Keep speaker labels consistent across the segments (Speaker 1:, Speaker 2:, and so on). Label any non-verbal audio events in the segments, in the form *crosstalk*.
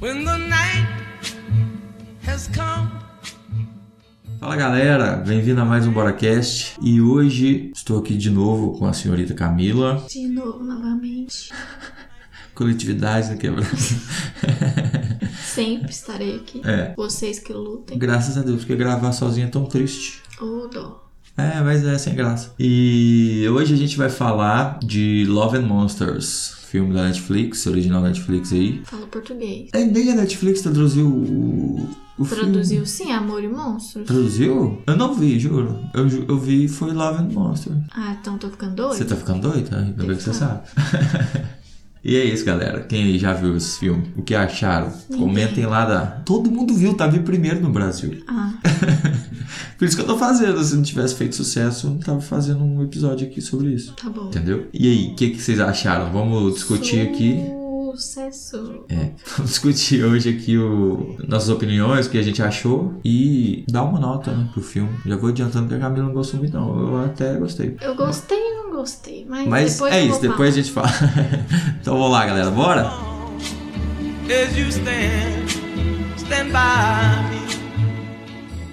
Speaker 1: When the night has come.
Speaker 2: Fala galera, bem-vindo a mais um BoraCast e hoje estou aqui de novo com a senhorita Camila,
Speaker 3: De novo, novamente.
Speaker 2: coletividade no quebrado.
Speaker 3: Sempre estarei aqui.
Speaker 2: É.
Speaker 3: Vocês que lutem.
Speaker 2: *laughs* Graças a Deus, porque gravar sozinho é tão triste.
Speaker 3: Ou dó.
Speaker 2: É, mas é sem graça. E hoje a gente vai falar de Love and Monsters, filme da Netflix, original Netflix aí.
Speaker 3: Fala português.
Speaker 2: É, nem a Netflix traduziu o, o filme.
Speaker 3: Traduziu sim Amor e Monstros?
Speaker 2: Traduziu? Eu não vi, juro. Eu, ju- eu vi foi Love and Monsters.
Speaker 3: Ah, então tô ficando doido?
Speaker 2: Você tá ficando doido? Ainda bem que você
Speaker 3: Tá.
Speaker 2: sabe. *laughs* E é isso, galera. Quem aí já viu esse filme, o que acharam?
Speaker 3: Ninguém.
Speaker 2: Comentem lá da. Todo mundo viu, tá vi primeiro no Brasil.
Speaker 3: Ah,
Speaker 2: Por isso que eu tô fazendo. Se não tivesse feito sucesso, eu não tava fazendo um episódio aqui sobre isso.
Speaker 3: tá bom.
Speaker 2: Entendeu? E aí, o que, que vocês acharam? Vamos discutir aqui.
Speaker 3: Sucesso.
Speaker 2: É, *laughs* vamos discutir hoje aqui o, nossas opiniões, o que a gente achou e dar uma nota né, pro filme. Já vou adiantando que a Camila não gostou muito, não. Eu até gostei.
Speaker 3: Eu gostei e não gostei, mas,
Speaker 2: Mas
Speaker 3: depois
Speaker 2: é
Speaker 3: eu
Speaker 2: isso,
Speaker 3: vou
Speaker 2: depois a gente fala. *laughs* então vamos lá, galera, bora?
Speaker 1: As you stand, stand by me.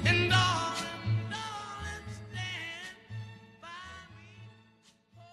Speaker 1: And darling, darling, stand by me.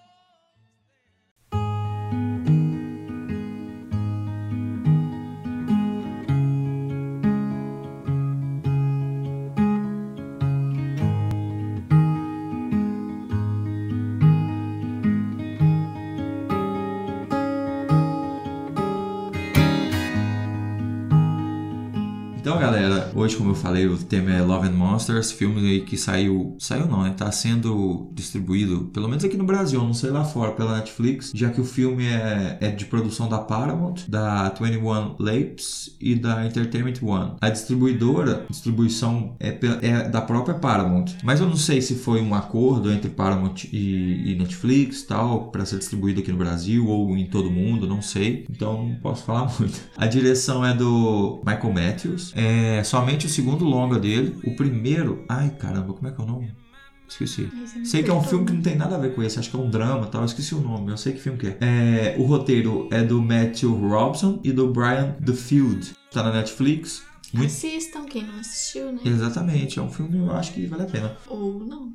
Speaker 2: Então, galera, hoje, como eu falei, o tema é Love and Monsters, filme aí que saiu. Saiu não, né? Tá sendo distribuído, pelo menos aqui no Brasil, não sei lá fora, pela Netflix, já que o filme é, é de produção da Paramount, da 21 Lapes e da Entertainment One. A distribuidora, distribuição é, pe- é da própria Paramount. Mas eu não sei se foi um acordo entre Paramount e, e Netflix tal, pra ser distribuído aqui no Brasil ou em todo mundo, não sei. Então não posso falar muito. A direção é do Michael Matthews. É somente o segundo longa dele. O primeiro. Ai caramba, como é que é o nome? Esqueci.
Speaker 3: Mas eu não
Speaker 2: Sei que é um
Speaker 3: sei
Speaker 2: filme que
Speaker 3: todo.
Speaker 2: não tem nada a ver com esse, acho que é um drama e tal, eu esqueci o nome, eu sei que filme que é. É, O roteiro é do Matthew Robson e do Brian DeField. Tá na Netflix. Muito...
Speaker 3: Assistam quem não assistiu, né?
Speaker 2: Exatamente, é um filme que eu acho que vale a pena.
Speaker 3: Ou não.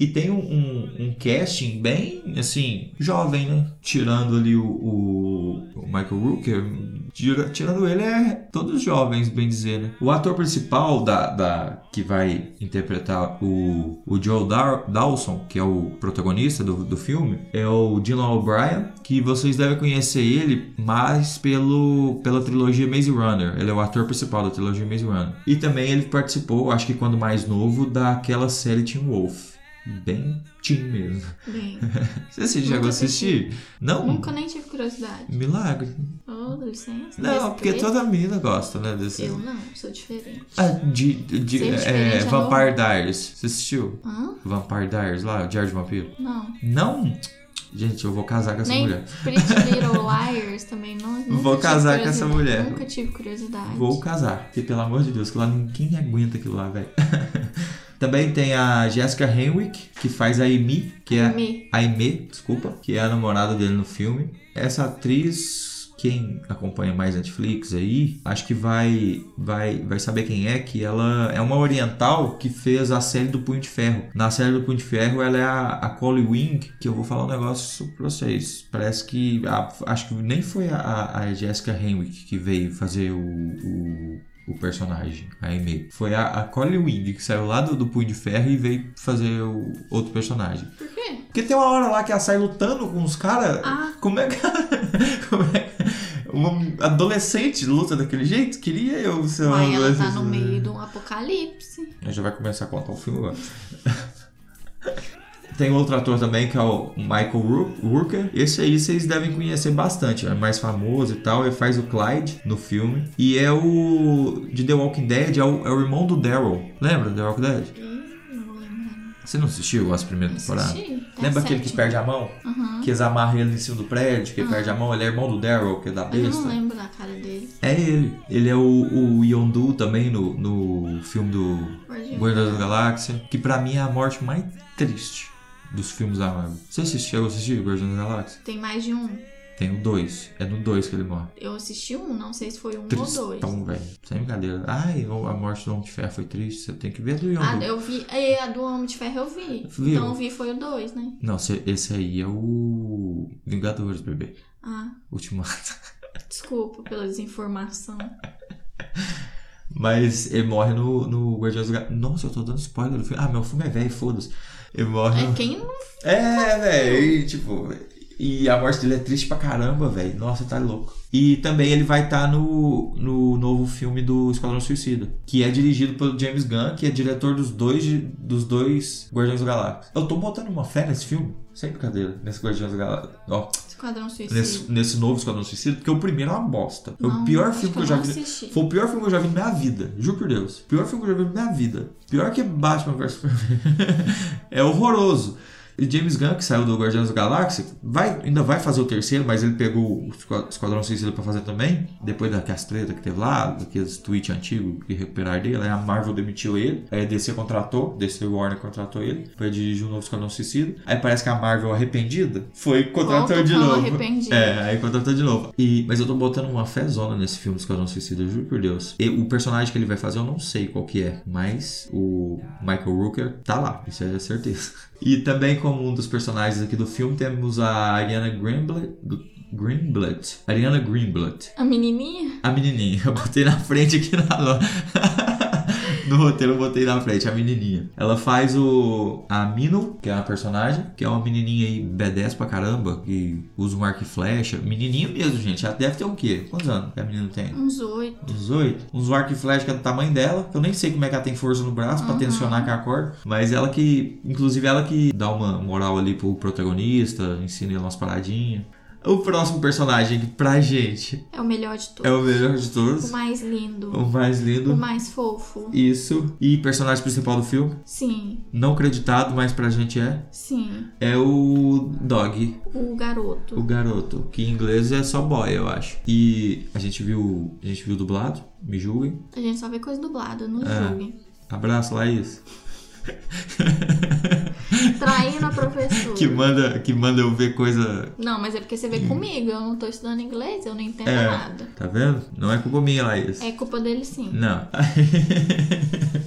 Speaker 2: E tem um, um- um casting bem, assim, jovem, né? Tirando ali o, o- o Michael Rooker, tira- tirando ele é todos jovens, bem dizer, né? O ator principal da, da- que vai interpretar o, o Joe Dar- Dawson, que é o protagonista do, do filme, é o Dylan O'Brien, que vocês devem conhecer ele mais pelo, pela trilogia Maze Runner. Ele é o ator principal da trilogia Maze Runner. E também ele participou, acho que quando mais novo, daquela série Teen Wolf. Bem teen mesmo. *laughs*
Speaker 3: Bem,
Speaker 2: Você se chegou a
Speaker 3: Nunca
Speaker 2: assistir? Não?
Speaker 3: nunca nem tive curiosidade.
Speaker 2: Milagre.
Speaker 3: Ô, dá licença.
Speaker 2: Não, porque
Speaker 3: respeito.
Speaker 2: toda mina gosta, né? Desse...
Speaker 3: Eu não, sou diferente.
Speaker 2: Ah, de, de, de-
Speaker 3: Ser
Speaker 2: é,
Speaker 3: diferente é
Speaker 2: Vampire Diaries. Você assistiu?
Speaker 3: Hã?
Speaker 2: Vampire Diaries lá, o Diário de Vampiro?
Speaker 3: Não.
Speaker 2: Não? Gente, eu vou casar com essa
Speaker 3: Nem
Speaker 2: mulher.
Speaker 3: Pretty Little Liars também não. nunca
Speaker 2: Vou
Speaker 3: tive
Speaker 2: casar com essa
Speaker 3: curiosidade-
Speaker 2: mulher.
Speaker 3: Nunca tive curiosidade.
Speaker 2: Vou casar. Porque, pelo amor de Deus, que lá ninguém aguenta aquilo lá, velho. *laughs* Também tem a Jessica Henwick, que faz a Amy, que é
Speaker 3: Me.
Speaker 2: a Aimee, desculpa, que é a namorada dele no filme. Essa atriz, quem acompanha mais Netflix aí, acho que vai vai vai saber quem é, que ela é uma oriental que fez a série do Punho de Ferro. Na série do Punho de Ferro, ela é a, a Collie Wing, que eu vou falar um negócio pra vocês. Parece que, a- acho que nem foi a- a, a Jessica Henwick que veio fazer o... o o personagem, a Aimee. Foi a, a Collie Wing, que saiu lá do, do Punho de Ferro e veio fazer o outro personagem.
Speaker 3: Por quê?
Speaker 2: Porque tem uma hora lá que ela sai lutando com os caras.
Speaker 3: Ah.
Speaker 2: Como é que. *laughs* Como é que- Uma adolescente luta daquele jeito? Queria eu ser uma
Speaker 3: Mas ela tá
Speaker 2: adolescente.
Speaker 3: no meio de um apocalipse.
Speaker 2: Já vai começar a contar o filme agora. *laughs* Tem outro ator também que é o Michael Ru- Rooker. Esse aí vocês devem conhecer bastante, é mais famoso e tal. Ele faz o Clyde no filme. E é o. de The Walking Dead, é o, é o irmão do Daryl. Lembra do The Walking Dead?
Speaker 3: Hum, Não vou lembrar.
Speaker 2: Você não assistiu as primeiras temporadas?
Speaker 3: Assisti. Tá
Speaker 2: Lembra aquele que
Speaker 3: certinho.
Speaker 2: perde a mão?
Speaker 3: Aham.
Speaker 2: Que eles amarram ele em cima do prédio, que ele perde a mão, ele é irmão do Daryl, que é da
Speaker 3: Eu não
Speaker 2: besta.
Speaker 3: lembro da cara dele.
Speaker 2: É ele. Ele é o, o Yondu também no, no filme do
Speaker 3: Guardião.
Speaker 2: Guardiões da Galáxia, que pra mim é a morte mais triste dos filmes da Marvel. Você assistiu, chegou a assistir Guardiões da Galáxia?
Speaker 3: Tem mais de um.
Speaker 2: Tem o 2. É no 2 que ele morre.
Speaker 3: Eu assisti um, não sei se foi um ou dois.
Speaker 2: Tristão, velho. Sem brincadeira. Ai, o- a morte do Homem de Ferro foi triste. Você tem que ver do Yondu.
Speaker 3: Ah, eu vi. é, A do Homem de Ferro eu vi.
Speaker 2: Viu?
Speaker 3: Então eu vi foi o dois, né?
Speaker 2: Não, cê- esse aí é o Vingadores, bebê.
Speaker 3: Ah,
Speaker 2: Ultimato.
Speaker 3: desculpa pela desinformação.
Speaker 2: Mas ele morre no, no Guardiões da Gal- Nossa, eu tô dando spoiler do filme. Ah, meu filme é velho, foda-se. Ele morre.
Speaker 3: É
Speaker 2: no-
Speaker 3: quem não.
Speaker 2: É, velho. E, tipo. E a morte dele é triste pra caramba, velho. Nossa, tá louco. E também ele vai estar no, no novo filme do Esquadrão Suicida, que é dirigido pelo James Gunn, que é diretor dos dois, dos dois Guardiões da Galáxia. Eu tô botando uma fé nesse filme, sem brincadeira, nesse Guardiões da Galáxia. Ó,
Speaker 3: Esquadrão Suicida.
Speaker 2: nesse, nesse novo Esquadrão Suicida, porque o primeiro é uma bosta. Foi
Speaker 3: Não,
Speaker 2: o pior
Speaker 3: acho
Speaker 2: filme que eu
Speaker 3: eu
Speaker 2: já
Speaker 3: não
Speaker 2: vi.
Speaker 3: assisti.
Speaker 2: Foi o pior filme que eu já vi na minha vida, juro por Deus. Pior filme que eu já vi na minha vida. Pior que Batman vs Superman. *laughs* é horroroso. E James Gunn, que saiu do Guardiões da Galáxia, vai, ainda vai fazer o terceiro, mas ele pegou o Esqua- Esquadrão Suicida pra fazer também. Depois daquelas treta que teve lá, daqueles tweets antigos que recuperaram dele, aí a Marvel demitiu ele, aí a DC contratou, DC Warner contratou ele, foi dirigir o novo Esquadrão Suicida. Aí parece que a Marvel arrependida foi e contratou
Speaker 3: Volta
Speaker 2: de
Speaker 3: o Paulo
Speaker 2: novo.
Speaker 3: arrependido.
Speaker 2: É, aí contratou de novo. E, mas eu tô botando uma fezona nesse filme do Esquadrão Suicida, eu juro por Deus. E o personagem que ele vai fazer eu não sei qual que é, mas o Michael Rooker tá lá, isso é certeza. *laughs* E também como um dos personagens aqui do filme temos a Ariana Greenblatt. Greenblatt. Ariana Greenblatt.
Speaker 3: A menininha?
Speaker 2: A menininha. Eu botei na frente aqui na lo- *laughs* No roteiro eu botei na frente, a menininha. Ela faz o. A Mino, que é uma personagem, que é uma menininha aí B10 pra caramba, que usa um arco e flecha. Menininha mesmo, gente. Ela deve ter o quê? Quantos anos que a menina tem?
Speaker 3: Uns oito.
Speaker 2: Uns oito. Uns arco e flecha que é do tamanho dela. que Eu nem sei como é que ela tem força no braço pra
Speaker 3: Uhum.
Speaker 2: tensionar com a corda. Mas ela que. Inclusive ela que dá uma moral ali pro protagonista, ensina ele umas paradinhas. O próximo personagem que pra gente
Speaker 3: É o melhor
Speaker 2: é
Speaker 3: de todos.
Speaker 2: o melhor de
Speaker 3: O
Speaker 2: todos.
Speaker 3: mais lindo.
Speaker 2: O mais
Speaker 3: O
Speaker 2: lindo.
Speaker 3: mais fofo.
Speaker 2: Isso. E personagem principal do filme,
Speaker 3: Sim,
Speaker 2: não creditado, mas pra gente é,
Speaker 3: sim.
Speaker 2: é o Dog,
Speaker 3: O garoto.
Speaker 2: o garoto, que em inglês é só boy, eu acho. E a gente viu, a gente viu dublado, me julguem.
Speaker 3: A gente só vê coisa dublada, não
Speaker 2: É.
Speaker 3: julgue.
Speaker 2: Abraço, Laís.
Speaker 3: Traindo a
Speaker 2: *laughs*
Speaker 3: professora.
Speaker 2: Que manda, que manda eu ver coisa,
Speaker 3: Não, mas é porque você vê comigo. Eu não tô estudando inglês, eu não entendo
Speaker 2: É.
Speaker 3: nada.
Speaker 2: tá vendo? Não é culpa minha, Laís.
Speaker 3: É culpa dele sim.
Speaker 2: Não. *laughs*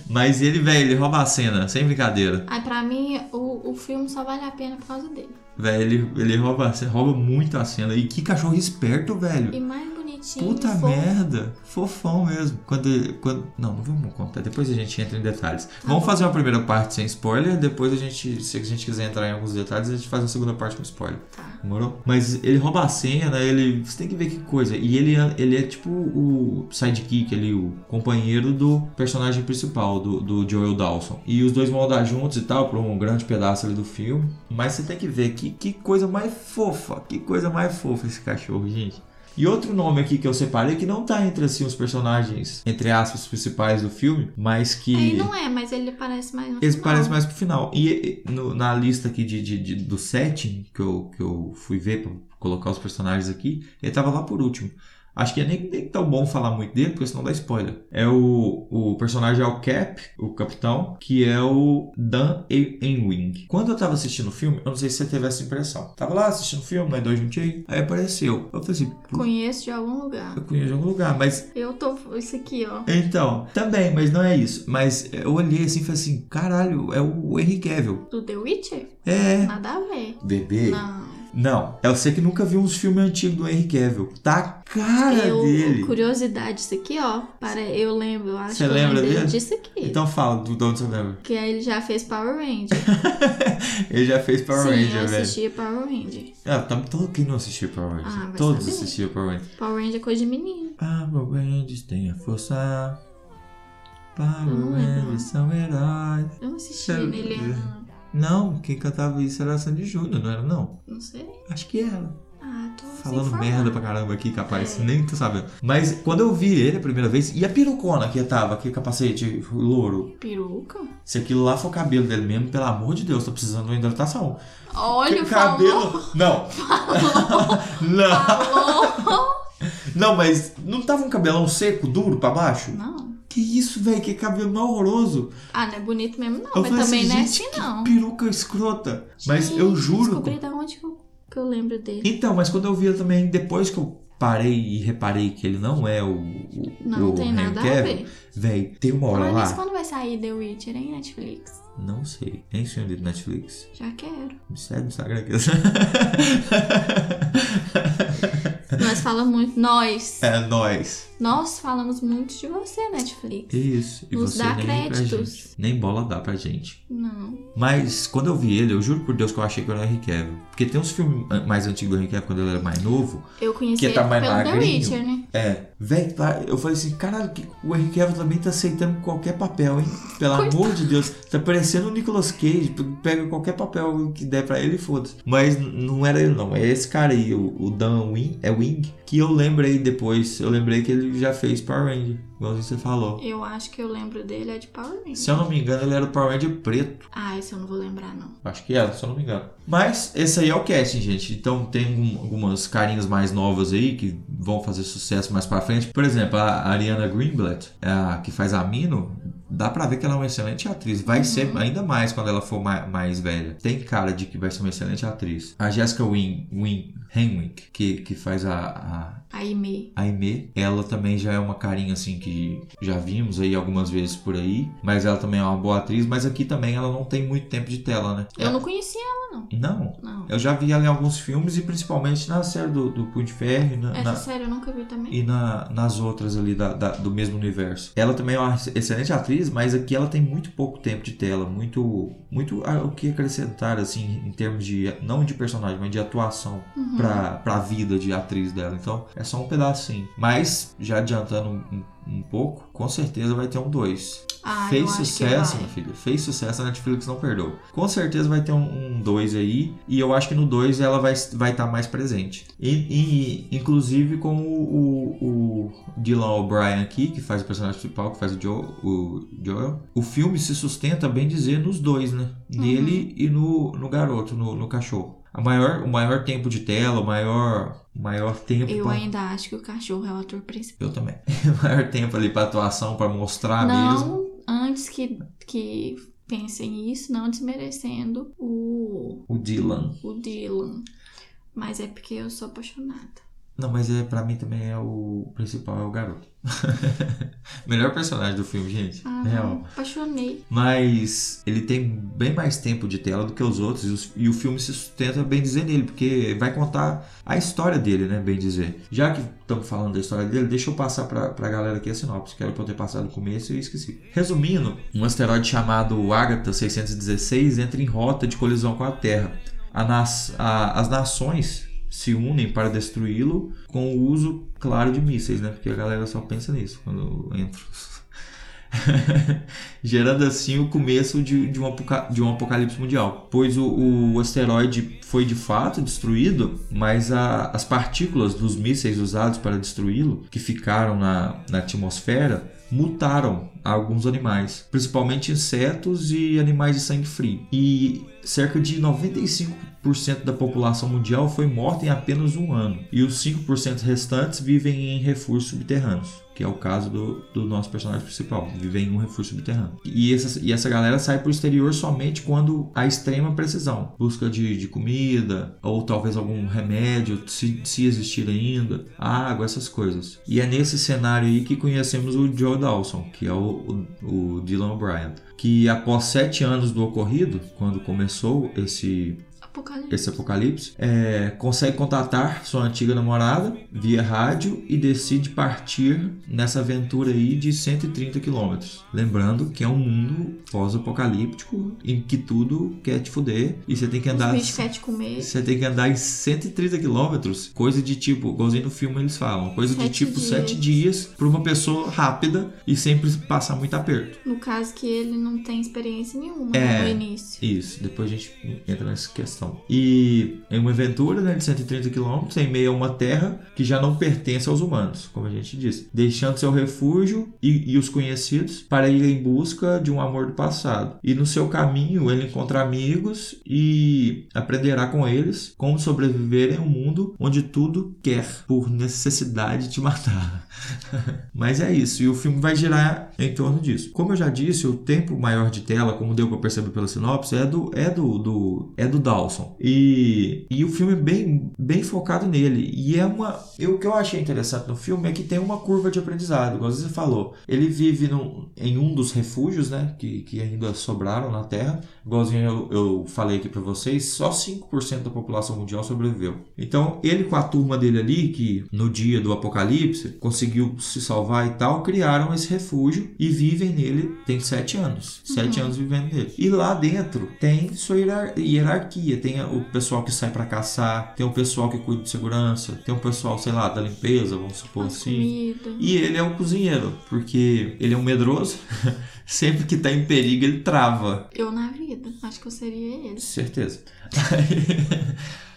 Speaker 2: Mas ele, velho, ele rouba a cena, sem brincadeira.
Speaker 3: Aí pra mim, o, o filme só vale a pena por causa dele.
Speaker 2: Velho, ele, ele rouba, a cena- rouba muito a cena. E que cachorro esperto, velho.
Speaker 3: E mais bonitinho.
Speaker 2: Puta
Speaker 3: fofo.
Speaker 2: merda, fofão mesmo. Quando, ele- quando. Não, não vamos contar. Depois a gente entra em detalhes. vamos fazer uma primeira parte sem spoiler. Depois a gente, se a gente quiser entrar em alguns detalhes, a gente faz uma segunda parte com spoiler.
Speaker 3: Tá.
Speaker 2: Demorou? Mas ele rouba a cena, ele. Você tem que ver que coisa. E ele, ele é tipo o sidekick ali, o companheiro do personagem principal, do, do Joel Dawson. E os dois vão andar juntos e tal, por um grande pedaço ali do filme. Mas você tem que ver que, que coisa mais fofa, que coisa mais fofa esse cachorro, gente. E outro nome aqui que eu separei, que não tá entre assim os personagens, entre aspas, principais do filme, mas que.
Speaker 3: Aí não é, mas ele parece mais um.
Speaker 2: Esse parece mais pro final. E e, no- na lista aqui de, de- de- do setting que eu, que eu fui ver pra colocar os personagens aqui, ele tava lá por último. Acho que é nem, nem tão bom falar muito dele, porque senão dá spoiler. É o, o personagem é o Cap, o capitão, que é o Dan E- Enwing. Quando eu tava assistindo o filme, eu não sei se você teve essa impressão. Tava lá assistindo o filme, nós dois juntos aí, aí apareceu. Eu falei assim, "Pô,
Speaker 3: Conheço de algum lugar.
Speaker 2: eu conheço de algum lugar, mas
Speaker 3: Eu tô. Isso aqui, ó.
Speaker 2: então, também, mas não é isso. Mas eu olhei assim e falei assim: caralho, é o Henry Cavill.
Speaker 3: Do The Witcher?
Speaker 2: É.
Speaker 3: Nada a ver.
Speaker 2: Bebê? Não.
Speaker 3: Não.
Speaker 2: eu sei que nunca vi uns filmes antigos do Henry Cavill. Tá a cara
Speaker 3: eu,
Speaker 2: dele.
Speaker 3: curiosidade, isso aqui, ó. Para, eu lembro, eu acho
Speaker 2: Você
Speaker 3: que eu
Speaker 2: lembra
Speaker 3: lembrei
Speaker 2: dele?
Speaker 3: disso aqui.
Speaker 2: Então fala, do de onde você lembra?
Speaker 3: Que aí ele já fez Power Ranger.
Speaker 2: Ele já fez *laughs* Power
Speaker 3: Sim, eu
Speaker 2: Ranger, velho.
Speaker 3: assistia Power Ranger.
Speaker 2: Ah, tá, todo, quem não assistiu Power Ranger?
Speaker 3: Ah, vai
Speaker 2: Todos
Speaker 3: saber.
Speaker 2: assistiam Power Ranger.
Speaker 3: Power Ranger é coisa de menino.
Speaker 2: Power Rangers tem a força. Power
Speaker 3: Não lembro.
Speaker 2: Rangers são heróis.
Speaker 3: Eu não assistia
Speaker 2: Sério?
Speaker 3: nele, não,
Speaker 2: Não, quem cantava isso era a Sandy Júnior, não era não?
Speaker 3: não sei.
Speaker 2: Acho que era.
Speaker 3: Ah, tô
Speaker 2: Falando
Speaker 3: sem formar.
Speaker 2: merda pra caramba aqui, capaz,
Speaker 3: É.
Speaker 2: nem tô sabendo. Mas quando eu vi ele a primeira vez, e a perucona que tava, aquele capacete louro,
Speaker 3: Peruca?
Speaker 2: se aquilo lá for o cabelo dele mesmo, pelo amor de Deus, tô precisando de uma hidratação.
Speaker 3: Olha,
Speaker 2: Que
Speaker 3: falou.
Speaker 2: cabelo. Não! *laughs* não!
Speaker 3: Falou.
Speaker 2: Não, mas não tava um cabelão seco, duro pra baixo?
Speaker 3: *laughs* Não.
Speaker 2: Que isso, velho, que cabelo mal horroroso.
Speaker 3: Ah, não é bonito mesmo, não.
Speaker 2: Eu
Speaker 3: mas
Speaker 2: falei assim,
Speaker 3: também não é
Speaker 2: gente,
Speaker 3: assim, não.
Speaker 2: Peruca escrota. Mas eu
Speaker 3: Gente,
Speaker 2: juro.
Speaker 3: Descobri da onde que o que eu lembro dele.
Speaker 2: Então, mas quando eu vi ele também, depois que eu parei e reparei que ele não é o. o
Speaker 3: Não
Speaker 2: o
Speaker 3: tem
Speaker 2: Henry
Speaker 3: nada a
Speaker 2: Cavill,
Speaker 3: ver.
Speaker 2: Véi, tem uma hora
Speaker 3: Mas
Speaker 2: lá.
Speaker 3: quando vai sair The Witcher, hein, Netflix?
Speaker 2: Não sei. Tem filme de Netflix?
Speaker 3: Já quero.
Speaker 2: Me segue no Instagram aqui. *laughs*
Speaker 3: Nós falamos muito. Nós.
Speaker 2: é nóis.
Speaker 3: Nós falamos muito de você, Netflix.
Speaker 2: Isso. E
Speaker 3: Nos
Speaker 2: você
Speaker 3: dá
Speaker 2: nem pra
Speaker 3: créditos.
Speaker 2: gente. Nem bola dá pra gente.
Speaker 3: Não.
Speaker 2: Mas quando eu vi ele, eu juro por Deus que eu achei que era o Henry Cavill. Porque tem uns filmes an- mais antigos do Henry Cavill, quando ele era mais novo.
Speaker 3: Eu conheci
Speaker 2: Que
Speaker 3: ele
Speaker 2: tá mais
Speaker 3: pelo The
Speaker 2: magrinho.
Speaker 3: Witcher, né?
Speaker 2: É, velho, tá, eu falei assim, caralho, que o Henry Cavill também tá aceitando qualquer papel, hein? Pelo amor de Deus, tá parecendo o Nicolas Cage, p- pega qualquer papel que der pra ele e foda-se. Mas n- não era ele não, é esse cara aí, o, o Dan Wing, é Wing, que eu lembrei depois, eu lembrei que ele já fez Power Ranger, igual você falou.
Speaker 3: Eu acho que eu lembro dele é de Power Rangers.
Speaker 2: Se eu não me engano, ele era o Power Ranger preto.
Speaker 3: Ah, esse eu não vou lembrar, não.
Speaker 2: Acho que é, se eu não me engano. Mas esse aí é o casting, gente. Então tem algum- algumas carinhas mais novas aí que vão fazer sucesso mais pra frente. Por exemplo, a Ariana Greenblatt, é a que faz a Mino, dá pra ver que ela é uma excelente atriz. Vai ser ainda mais quando ela for ma- mais, velha. Tem cara de que vai ser uma excelente atriz. A Jessica Wing, Wing Henwick, que, que faz a- a,
Speaker 3: Aí me.
Speaker 2: a Aimee, ela também já é uma carinha assim que já vimos aí algumas vezes por aí, mas ela também é uma boa atriz, mas aqui também ela não tem muito tempo de tela, né? É,
Speaker 3: Eu não conhecia ela,
Speaker 2: Não.
Speaker 3: não.
Speaker 2: Eu já vi ela em alguns filmes e principalmente na série do, do Punho de Ferro e na-
Speaker 3: Essa
Speaker 2: na-
Speaker 3: série eu nunca vi também.
Speaker 2: e na- nas outras ali da- da- do mesmo universo. Ela também é uma excelente atriz, mas aqui ela tem muito pouco tempo de tela, muito, muito ah, o que acrescentar assim em termos de não de personagem, mas de atuação
Speaker 3: Uhum.
Speaker 2: pra, pra vida de atriz dela. Então é só um pedacinho. Mas, já adiantando um, um pouco, com certeza vai ter um 2.
Speaker 3: Ah, eu
Speaker 2: Fez
Speaker 3: acho que
Speaker 2: sucesso,
Speaker 3: vai.
Speaker 2: minha filha. Fez sucesso, a Netflix não perdoa. Com certeza vai ter um 2 aí. E eu acho que no 2 ela vai estar vai tá mais presente. E, e, inclusive com o, o, o Dylan O'Brien aqui, que faz o personagem principal, que faz o, Joe, o Joel. O filme se sustenta, bem dizer, nos dois, né?
Speaker 3: Uhum.
Speaker 2: Nele e no, no garoto, no, no cachorro. A maior, o maior tempo de tela, o maior, o maior tempo.
Speaker 3: Eu
Speaker 2: pra-
Speaker 3: ainda acho que o cachorro é o ator principal.
Speaker 2: Eu também. *laughs* o maior tempo ali pra atuação, pra mostrar Ah, mesmo.
Speaker 3: não antes que, que pensem isso, não desmerecendo o,
Speaker 2: O Dylan.
Speaker 3: o Dylan. Mas é porque eu sou apaixonada.
Speaker 2: Não, mas é, pra mim também é o principal, é o garoto. *laughs* Melhor personagem do filme, gente.
Speaker 3: Ah,
Speaker 2: Real.
Speaker 3: apaixonei.
Speaker 2: Mas ele tem bem mais tempo de tela do que os outros. e os- E o filme se sustenta, bem dizer, nele. Porque vai contar a história dele, né? Bem dizer. Já que estamos falando da história dele, deixa eu passar pra, pra galera aqui a sinopse. Que era pra eu ter passado no começo e eu esqueci. Resumindo, um asteroide chamado Agatha 616 entra em rota de colisão com a Terra. A nas- a- as nações se unem para destruí-lo com o uso, claro, de mísseis, né? Porque a galera só pensa nisso quando entra. *laughs* Gerando assim o começo de, de um, apoca- de um apocalipse mundial. Pois o, o asteroide foi de fato destruído, mas a- as partículas dos mísseis usados para destruí-lo, que ficaram na, na atmosfera, mutaram alguns animais, principalmente insetos e animais de sangue frio. E cerca de 95% da população mundial foi morta em apenas um ano, e os 5% restantes vivem em refúgios subterrâneos. Que é o caso do, do nosso personagem principal, vive em um refúgio subterrâneo. E essa, e essa galera sai para o exterior somente quando há extrema precisão busca de, de comida, ou talvez algum remédio, se, se existir ainda, água, essas coisas. E é nesse cenário aí que conhecemos o Joe Dawson, que é o, o, o Dylan O'Brien. Que após sete anos do ocorrido, quando começou esse,
Speaker 3: Apocalipse.
Speaker 2: esse apocalipse, é, consegue contatar sua antiga namorada via rádio e decide partir nessa aventura aí de 130 quilômetros. Lembrando que é um mundo pós-apocalíptico em que tudo quer te fuder e você tem que
Speaker 3: Os
Speaker 2: andar.
Speaker 3: bichos querem te comer.
Speaker 2: Você tem que andar em 130 quilômetros, coisa de tipo, igualzinho no filme eles falam, coisa de
Speaker 3: Sete
Speaker 2: tipo
Speaker 3: dias.
Speaker 2: 7 dias pra uma pessoa rápida e sempre passar muito aperto.
Speaker 3: No caso que ele não tem experiência nenhuma né,
Speaker 2: É.
Speaker 3: no início.
Speaker 2: Isso, depois a gente entra nessa questão. E é uma aventura né, de 130 km em meio a uma terra que já não pertence aos humanos, como a gente disse, deixando seu refúgio e, e os conhecidos para ir em busca de um amor do passado. E no seu caminho ele encontra amigos e aprenderá com eles como sobreviver em um mundo onde tudo quer, por necessidade, te matar. Mas é isso, e o filme vai girar em torno disso. Como eu já disse, o tempo maior de tela, como deu pra perceber pela sinopse, é do é do, do é do Dawson, Nelson. E, e o filme é bem, bem focado nele. E é uma. Eu, o que eu achei interessante no filme é que tem uma curva de aprendizado, igual você falou. Ele vive num, em um dos refúgios, né? Que, que ainda sobraram na Terra. Igualzinho eu, eu falei aqui pra vocês, só 5% da população mundial sobreviveu. Então, ele com a turma dele ali, que no dia do apocalipse conseguiu se salvar e tal, criaram esse refúgio e vivem nele, tem sete anos. Sete
Speaker 3: Uhum.
Speaker 2: anos vivendo nele. E lá dentro tem sua hierar- hierarquia. Tem o pessoal que sai pra caçar, tem o pessoal que cuida de segurança, tem o pessoal, sei lá, da limpeza, vamos supor
Speaker 3: As
Speaker 2: assim.
Speaker 3: comidas.
Speaker 2: E ele é um cozinheiro, porque ele é um medroso. *laughs* Sempre que tá em perigo, ele trava.
Speaker 3: Eu na vida, acho que eu seria esse.
Speaker 2: Certeza. *laughs*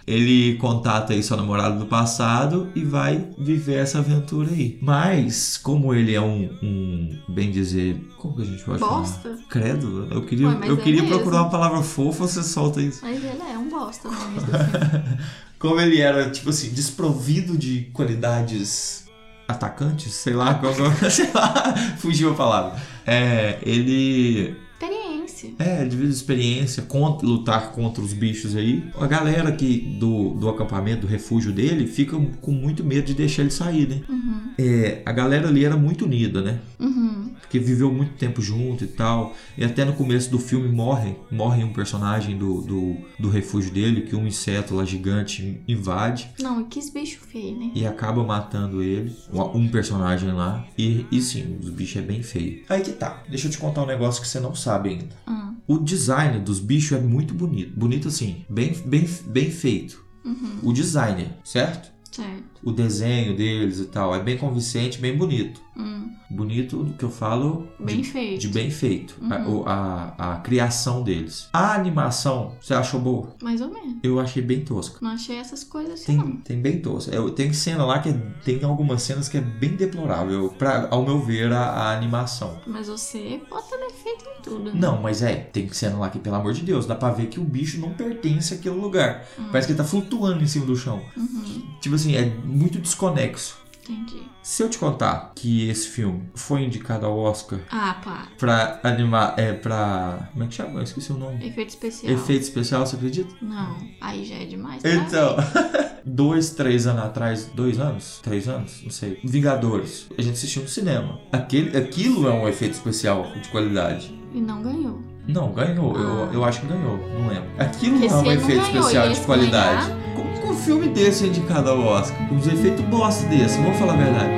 Speaker 2: ele contata aí sua namorada do passado e vai viver essa aventura aí. Mas, como ele é um, um, bem dizer, como que a gente pode falar?
Speaker 3: Bosta?
Speaker 2: Credo, eu queria,
Speaker 3: Ué, mas
Speaker 2: eu
Speaker 3: é
Speaker 2: queria
Speaker 3: mesmo.
Speaker 2: procurar uma palavra fofa, você solta isso.
Speaker 3: Mas ele é um bosta assim. no início do
Speaker 2: *laughs*
Speaker 3: filme.
Speaker 2: Como ele era, tipo assim, desprovido de qualidades atacantes, sei lá, qual, é *laughs* sei lá, fugiu a palavra. É, ele
Speaker 3: Experiência.
Speaker 2: É, devido à experiência, contra- lutar contra os bichos aí. A galera que do, do acampamento, do refúgio dele, fica com muito medo de deixar ele sair, né?
Speaker 3: Uhum.
Speaker 2: É, a galera ali era muito unida, né?
Speaker 3: Uhum.
Speaker 2: Porque viveu muito tempo junto e tal. E até no começo do filme morre, morre um personagem do, do, do refúgio dele, que um inseto lá gigante invade
Speaker 3: Não, e que bicho feio, né?
Speaker 2: e acaba matando ele, um- um personagem lá. E, e sim, os bichos é bem feio. Aí que tá, deixa eu te contar um negócio que você não sabe ainda.
Speaker 3: Ah,
Speaker 2: O design dos bichos é muito bonito. Bonito assim, bem, bem, bem feito.
Speaker 3: uhum.
Speaker 2: O design, certo?
Speaker 3: Certo.
Speaker 2: O desenho deles e tal é bem convincente, bem bonito.
Speaker 3: Hum.
Speaker 2: Bonito do que eu falo de-
Speaker 3: Bem feio.
Speaker 2: de, bem feito.
Speaker 3: Uhum.
Speaker 2: A- o- A, a, criação deles. A animação, você achou boa?
Speaker 3: Mais ou menos.
Speaker 2: Eu achei bem tosca.
Speaker 3: Não achei essas coisas assim,
Speaker 2: Tem,
Speaker 3: não.
Speaker 2: tem bem tosca. Eu- Tem cena lá que é- tem algumas cenas que é bem deplorável, pra, ao meu ver, a- a animação.
Speaker 3: Mas você pode ter defeito em tudo. né?
Speaker 2: Não, mas é, tem que ser lá que, pelo amor de Deus, dá pra ver que o bicho não pertence àquele lugar.
Speaker 3: Hum.
Speaker 2: Parece que ele tá flutuando em cima do chão.
Speaker 3: Uhum.
Speaker 2: Tipo assim, é muito desconexo.
Speaker 3: Entendi.
Speaker 2: Se eu te contar que esse filme foi indicado ao Oscar
Speaker 3: Ah, pá.
Speaker 2: pra animar. É, pra. Como é que chama? Eu esqueci o nome.
Speaker 3: Efeito especial.
Speaker 2: Efeito especial, você acredita?
Speaker 3: Não, aí já é demais. pra
Speaker 2: Então,
Speaker 3: mim.
Speaker 2: *laughs* dois, três anos atrás, dois anos? Três anos? Não sei. Vingadores. A gente assistiu no cinema. Aquele, aquilo é um efeito especial de qualidade.
Speaker 3: E não ganhou.
Speaker 2: Não, ganhou. Eu,
Speaker 3: Ah.
Speaker 2: eu acho que ganhou. Não lembro. Aquilo
Speaker 3: Porque
Speaker 2: não é um
Speaker 3: se ele não
Speaker 2: efeito
Speaker 3: ganhou,
Speaker 2: especial
Speaker 3: ele
Speaker 2: de
Speaker 3: ia
Speaker 2: qualidade. Como que um filme desse é indicado ao Oscar? Uns efeitos bosta desse, vamos falar a verdade.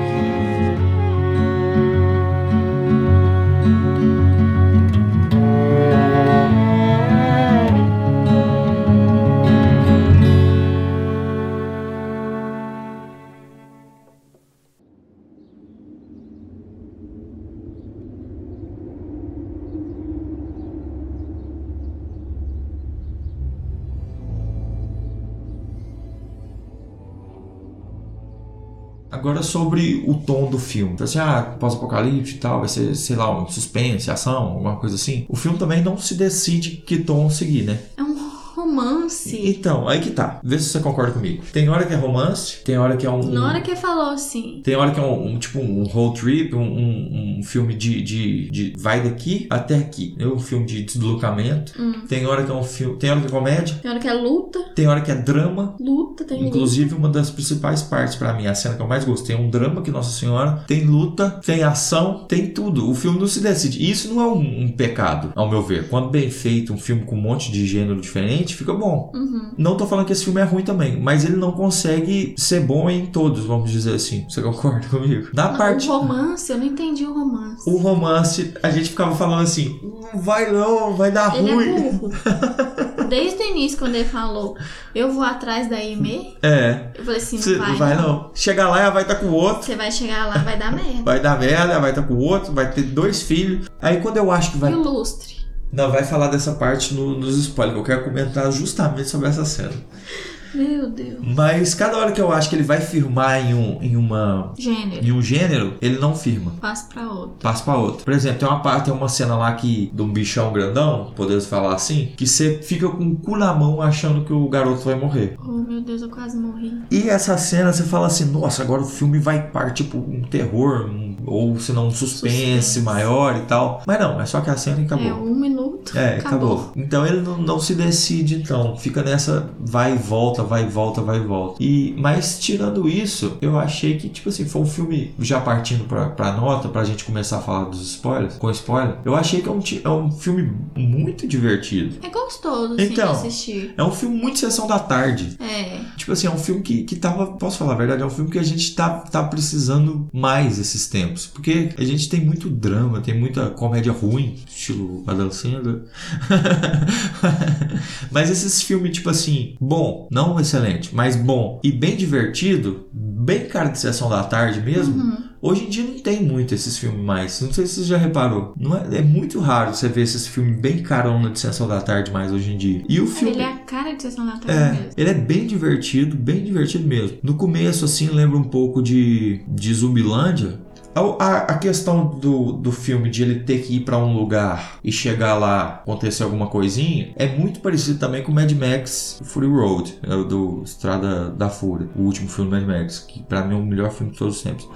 Speaker 2: Agora sobre o tom do filme. Então, assim, ah, pós-apocalipse e tal, vai ser, sei lá, um suspense, ação, alguma coisa assim. O filme também não se decide que tom seguir, né?
Speaker 3: É um romance.
Speaker 2: Então, aí que tá. Vê se você concorda comigo. Tem hora que é romance, tem hora que é um.
Speaker 3: Na hora que ele falou assim.
Speaker 2: Tem hora que é um, um- tipo um road trip, um, um- um filme de, de, de vai daqui até aqui. É um filme de deslocamento.
Speaker 3: Hum.
Speaker 2: Tem hora que é um filme. Tem hora que é comédia,
Speaker 3: Tem hora que é luta.
Speaker 2: tem hora que é drama.
Speaker 3: Luta, tem
Speaker 2: Inclusive, uma das principais partes pra mim, a cena que eu mais gostei, é um drama que Nossa Senhora tem luta, tem ação, tem tudo. O filme não se decide. E isso não é um, um pecado, ao meu ver. Quando bem feito, um filme com um monte de gênero diferente, fica bom.
Speaker 3: Uhum.
Speaker 2: Não tô falando que esse filme é ruim também, mas ele não consegue ser bom em todos, vamos dizer assim. Você concorda comigo? Na
Speaker 3: Não,
Speaker 2: parte.
Speaker 3: O romance, eu não entendi o romance.
Speaker 2: O romance, a gente ficava falando assim: "Não vai não, vai dar
Speaker 3: Ele
Speaker 2: ruim.
Speaker 3: é burro. Desde o início, quando ele falou, eu vou atrás da Ime,
Speaker 2: É,
Speaker 3: eu falei assim,
Speaker 2: você
Speaker 3: não vai, não.
Speaker 2: não. Chega lá, ela vai estar com o outro.
Speaker 3: Você vai chegar lá, vai dar merda.
Speaker 2: Vai dar merda, vai estar com o outro, vai ter dois filhos. Aí quando eu acho que
Speaker 3: E
Speaker 2: vai.
Speaker 3: o lustre?
Speaker 2: Não, vai falar dessa parte no- nos spoilers, que eu quero comentar justamente sobre essa cena.
Speaker 3: Meu Deus.
Speaker 2: Mas cada hora que eu acho que ele vai firmar em um, em uma,
Speaker 3: Gênero.
Speaker 2: em um gênero, ele não firma.
Speaker 3: Passa pra outro.
Speaker 2: Passa pra outro. Por exemplo, tem uma parte, tem uma cena lá que de um bichão grandão, podemos falar assim, que você fica com o cu na mão achando que o garoto vai morrer.
Speaker 3: Oh, meu Deus, eu quase morri.
Speaker 2: E essa cena você fala assim, nossa, agora o filme vai partir tipo um terror, um- ou se não um suspense,
Speaker 3: Suspense.
Speaker 2: maior e tal. Mas não, é só que a cena e acabou.
Speaker 3: É um minuto. adulto.
Speaker 2: É, acabou. Então ele não, não se decide, então. Fica nessa vai e volta, vai e volta, vai e volta. E, mas tirando isso, eu achei que, tipo assim, foi um filme já partindo pra, pra nota, pra gente começar a falar dos spoilers, com spoiler. Eu achei que é um, ti- é um filme muito divertido.
Speaker 3: É gostoso, assim,
Speaker 2: Então.
Speaker 3: de assistir.
Speaker 2: É um filme muito sessão da tarde.
Speaker 3: É,
Speaker 2: Tipo assim, é um filme que, que tava. Posso falar a verdade? É um filme que a gente tá, tá precisando mais esses tempos. Porque a gente tem muito drama, tem muita comédia ruim, estilo Adam Sandler. *laughs* mas esses filmes, tipo assim, bom, não excelente, mas bom e bem divertido, bem cara de sessão da tarde mesmo.
Speaker 3: uhum.
Speaker 2: Hoje em dia não tem muito esses filmes mais. Não sei se você já reparou. Não é, é muito raro você ver esses filmes bem carona de sessão da tarde mais hoje em dia. E o filme.
Speaker 3: ele é a cara de sessão da tarde
Speaker 2: É,
Speaker 3: mesmo.
Speaker 2: ele é bem divertido, bem divertido mesmo. No começo, assim, lembra um pouco de, de Zumbilândia. A, a, a questão do, do filme de ele ter que ir pra um lugar e chegar lá, acontecer alguma coisinha, é muito parecido também com Mad Max Fury Road, é o do Estrada da Fúria, o último filme do Mad Max, que pra mim é o melhor filme de todos os tempos.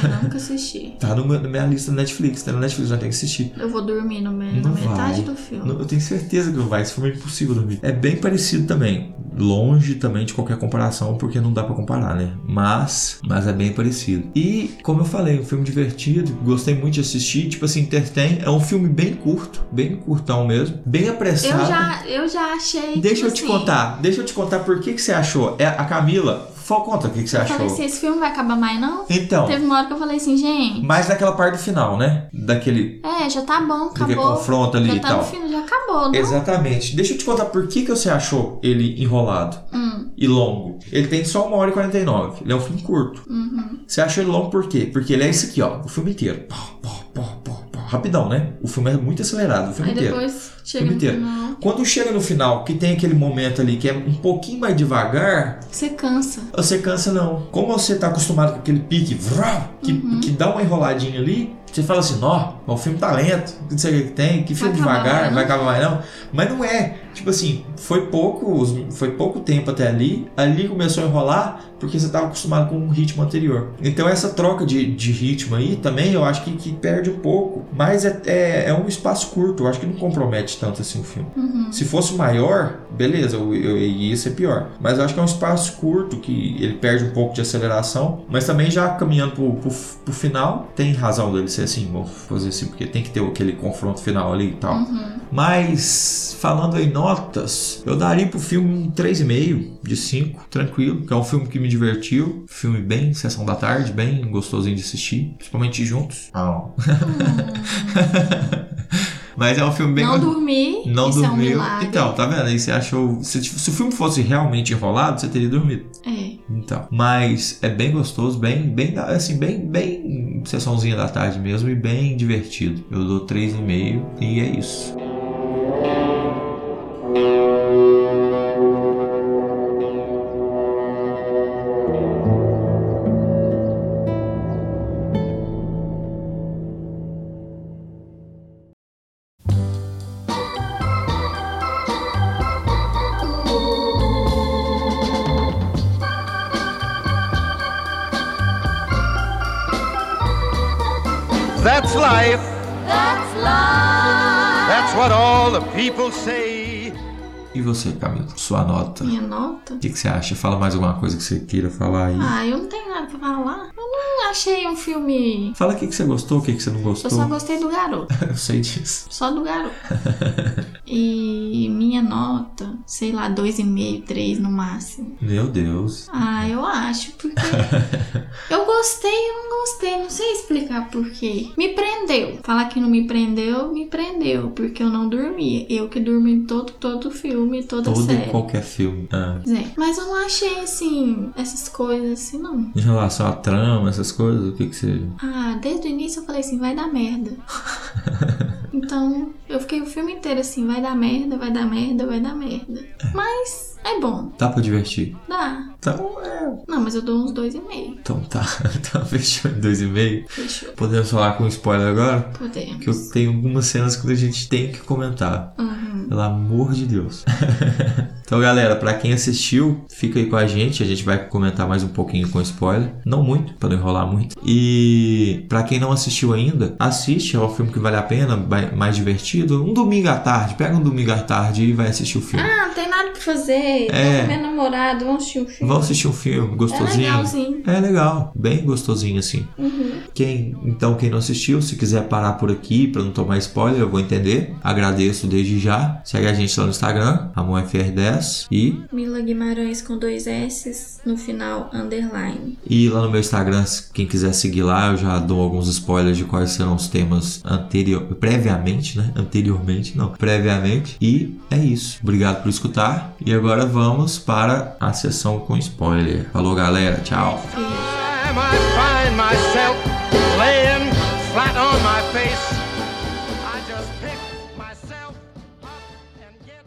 Speaker 3: Também nunca assisti.
Speaker 2: Tá no meu- na minha lista da Netflix, tá na Netflix, já tem que assistir.
Speaker 3: Eu vou dormir no me- na
Speaker 2: Não vai.
Speaker 3: metade do filme.
Speaker 2: Não, Eu tenho certeza que não vai, esse filme é impossível dormir. É bem parecido também. Longe também de qualquer comparação, porque não dá pra comparar, né? Mas, mas é bem parecido. E, como eu falei, um filme divertido, gostei muito de assistir, tipo assim, entretém. É um filme bem curto, bem curtão mesmo, bem apressado.
Speaker 3: Eu já, eu já achei.
Speaker 2: Deixa
Speaker 3: tipo
Speaker 2: eu te
Speaker 3: assim,
Speaker 2: contar, deixa eu te contar por que, que você achou. É, a Camila, fala conta o que, que você
Speaker 3: Eu falei
Speaker 2: achou.
Speaker 3: assim: esse filme vai acabar mais, não?
Speaker 2: Então,
Speaker 3: Teve uma hora que eu falei assim, gente.
Speaker 2: mais daquela parte do final, né? Daquele,
Speaker 3: É, já tá bom,
Speaker 2: daquele
Speaker 3: acabou.
Speaker 2: confronto ali
Speaker 3: Já
Speaker 2: e
Speaker 3: tá no
Speaker 2: tal.
Speaker 3: fim, já acabou, né?
Speaker 2: Exatamente. Deixa eu te contar por que, que você achou ele enrolado
Speaker 3: Hum,
Speaker 2: e longo. Ele tem só 1 hora e 49. Ele é um filme curto.
Speaker 3: uhum.
Speaker 2: Você achou ele longo por quê? Porque ele é esse aqui, ó. O filme inteiro. Pá, pá, pá, pá, pá. Rapidão, né? O filme é muito acelerado, o filme
Speaker 3: Aí
Speaker 2: inteiro.
Speaker 3: depois chega
Speaker 2: Filme
Speaker 3: no
Speaker 2: inteiro.
Speaker 3: final.
Speaker 2: Quando chega no final, que tem aquele momento ali que é um pouquinho mais devagar,
Speaker 3: Você cansa.
Speaker 2: você cansa não. Como você tá acostumado com aquele pique, vrá, que,
Speaker 3: Uhum.
Speaker 2: que dá uma enroladinha ali, você fala assim, nó, mas o filme tá lento, não sei o que que tem, que filme
Speaker 3: acabar,
Speaker 2: devagar,
Speaker 3: né?
Speaker 2: vai acabar mais não. Mas não é. Tipo assim, foi pouco, foi pouco tempo até ali, ali começou a enrolar, porque você tava acostumado com o ritmo anterior. Então essa troca de, de ritmo aí também eu acho que, que perde um pouco. Mas é, é, é um espaço curto, eu acho que não compromete tanto assim o filme.
Speaker 3: Uhum.
Speaker 2: Se fosse maior, beleza, eu, eu, ia ser pior. Mas eu acho que é um espaço curto que ele perde um pouco de aceleração. Mas também já caminhando pro, pro, pro final, tem razão dele ser assim, vou fazer assim, porque tem que ter aquele confronto final ali e tal.
Speaker 3: Uhum.
Speaker 2: Mas falando em notas, eu daria pro filme um 3,5 de 5, tranquilo, que é um filme que me divertiu, filme bem sessão da tarde, bem gostosinho de assistir, principalmente juntos. Ah. *laughs* Mas é um filme bem
Speaker 3: Não dormir.
Speaker 2: não
Speaker 3: isso é um
Speaker 2: dormiu.
Speaker 3: milagre.
Speaker 2: então, tá vendo? Aí você achou. Se, se o filme fosse realmente enrolado, você teria dormido.
Speaker 3: É.
Speaker 2: Então. Mas é bem gostoso, bem, bem, da- assim, bem, bem sessãozinha da tarde mesmo e bem divertido. Eu dou 3,5 e é isso.
Speaker 4: That's life. That's life. That's what all the people say.
Speaker 2: E você, Camila? Sua nota.
Speaker 3: Minha nota.
Speaker 2: O que, que você acha? Fala mais alguma coisa que você queira falar aí.
Speaker 3: Ah, eu não tenho nada pra falar. Eu não achei um filme.
Speaker 2: Fala o que, que você gostou, o que, que você não
Speaker 3: Eu
Speaker 2: gostou.
Speaker 3: só gostei do garoto.
Speaker 2: *laughs* Eu sei disso.
Speaker 3: Só do garoto. E minha nota, sei lá, 2,5, 3 no máximo.
Speaker 2: Meu Deus.
Speaker 3: Ah, eu acho, porque. eu gostei, eu não gostei, não sei explicar porquê. Me prendeu. Falar que não me prendeu, me prendeu, porque eu não dormia. Eu que dormi todo, todo filme, toda
Speaker 2: Todo e
Speaker 3: série.
Speaker 2: qualquer filme. Ah.
Speaker 3: Pois é. Mas eu não achei, assim, essas coisas assim, não.
Speaker 2: Em relação à trama, essas coisas, o que, que você.
Speaker 3: Ah, desde o início eu falei assim, vai dar
Speaker 2: *laughs*
Speaker 3: merda. então, eu fiquei o filme inteiro assim, vai dar merda, vai dar merda, vai dar merda. Mas É bom,
Speaker 2: Dá pra divertir.
Speaker 3: dá.
Speaker 2: Então, é.
Speaker 3: Não, mas eu dou uns dois e meio.
Speaker 2: Então tá. *laughs* Então fechou em dois e meio.
Speaker 3: Fechou.
Speaker 2: Podemos falar com spoiler agora?
Speaker 3: Podemos.
Speaker 2: Que eu tenho algumas cenas que a gente tem que comentar.
Speaker 3: Uhum.
Speaker 2: Pelo amor de Deus. então, galera, pra quem assistiu, fica aí com a gente. A gente vai comentar mais um pouquinho com spoiler. Não muito, pra não enrolar muito. E pra quem não assistiu ainda, assiste. É um filme que vale a pena, vai- mais divertido. Um domingo à tarde. Pega um domingo à tarde e vai assistir o filme.
Speaker 3: Ah, não tem nada pra fazer.
Speaker 2: É.
Speaker 3: Tô com meu namorado, vamos assistir um filme.
Speaker 2: Vão assistir um filme
Speaker 3: É
Speaker 2: gostosinho.
Speaker 3: legalzinho.
Speaker 2: É legal, bem gostosinho assim.
Speaker 3: Uhum.
Speaker 2: Quem, então, quem não assistiu, se quiser parar por aqui pra não tomar spoiler, eu vou entender. Agradeço desde já. Segue a gente lá no Instagram, AmonFR10 e
Speaker 3: Mila Guimarães com dois S no final, underline.
Speaker 2: E lá no meu Instagram, se- quem quiser seguir lá, eu já dou alguns spoilers de quais serão os temas anterior, previamente, né? Anteriormente, não, previamente. E é isso. Obrigado por escutar. E agora vamos para a sessão com spoiler. Falou, galera. Tchau.
Speaker 4: time I find myself laying flat on my face, I just pick myself up and get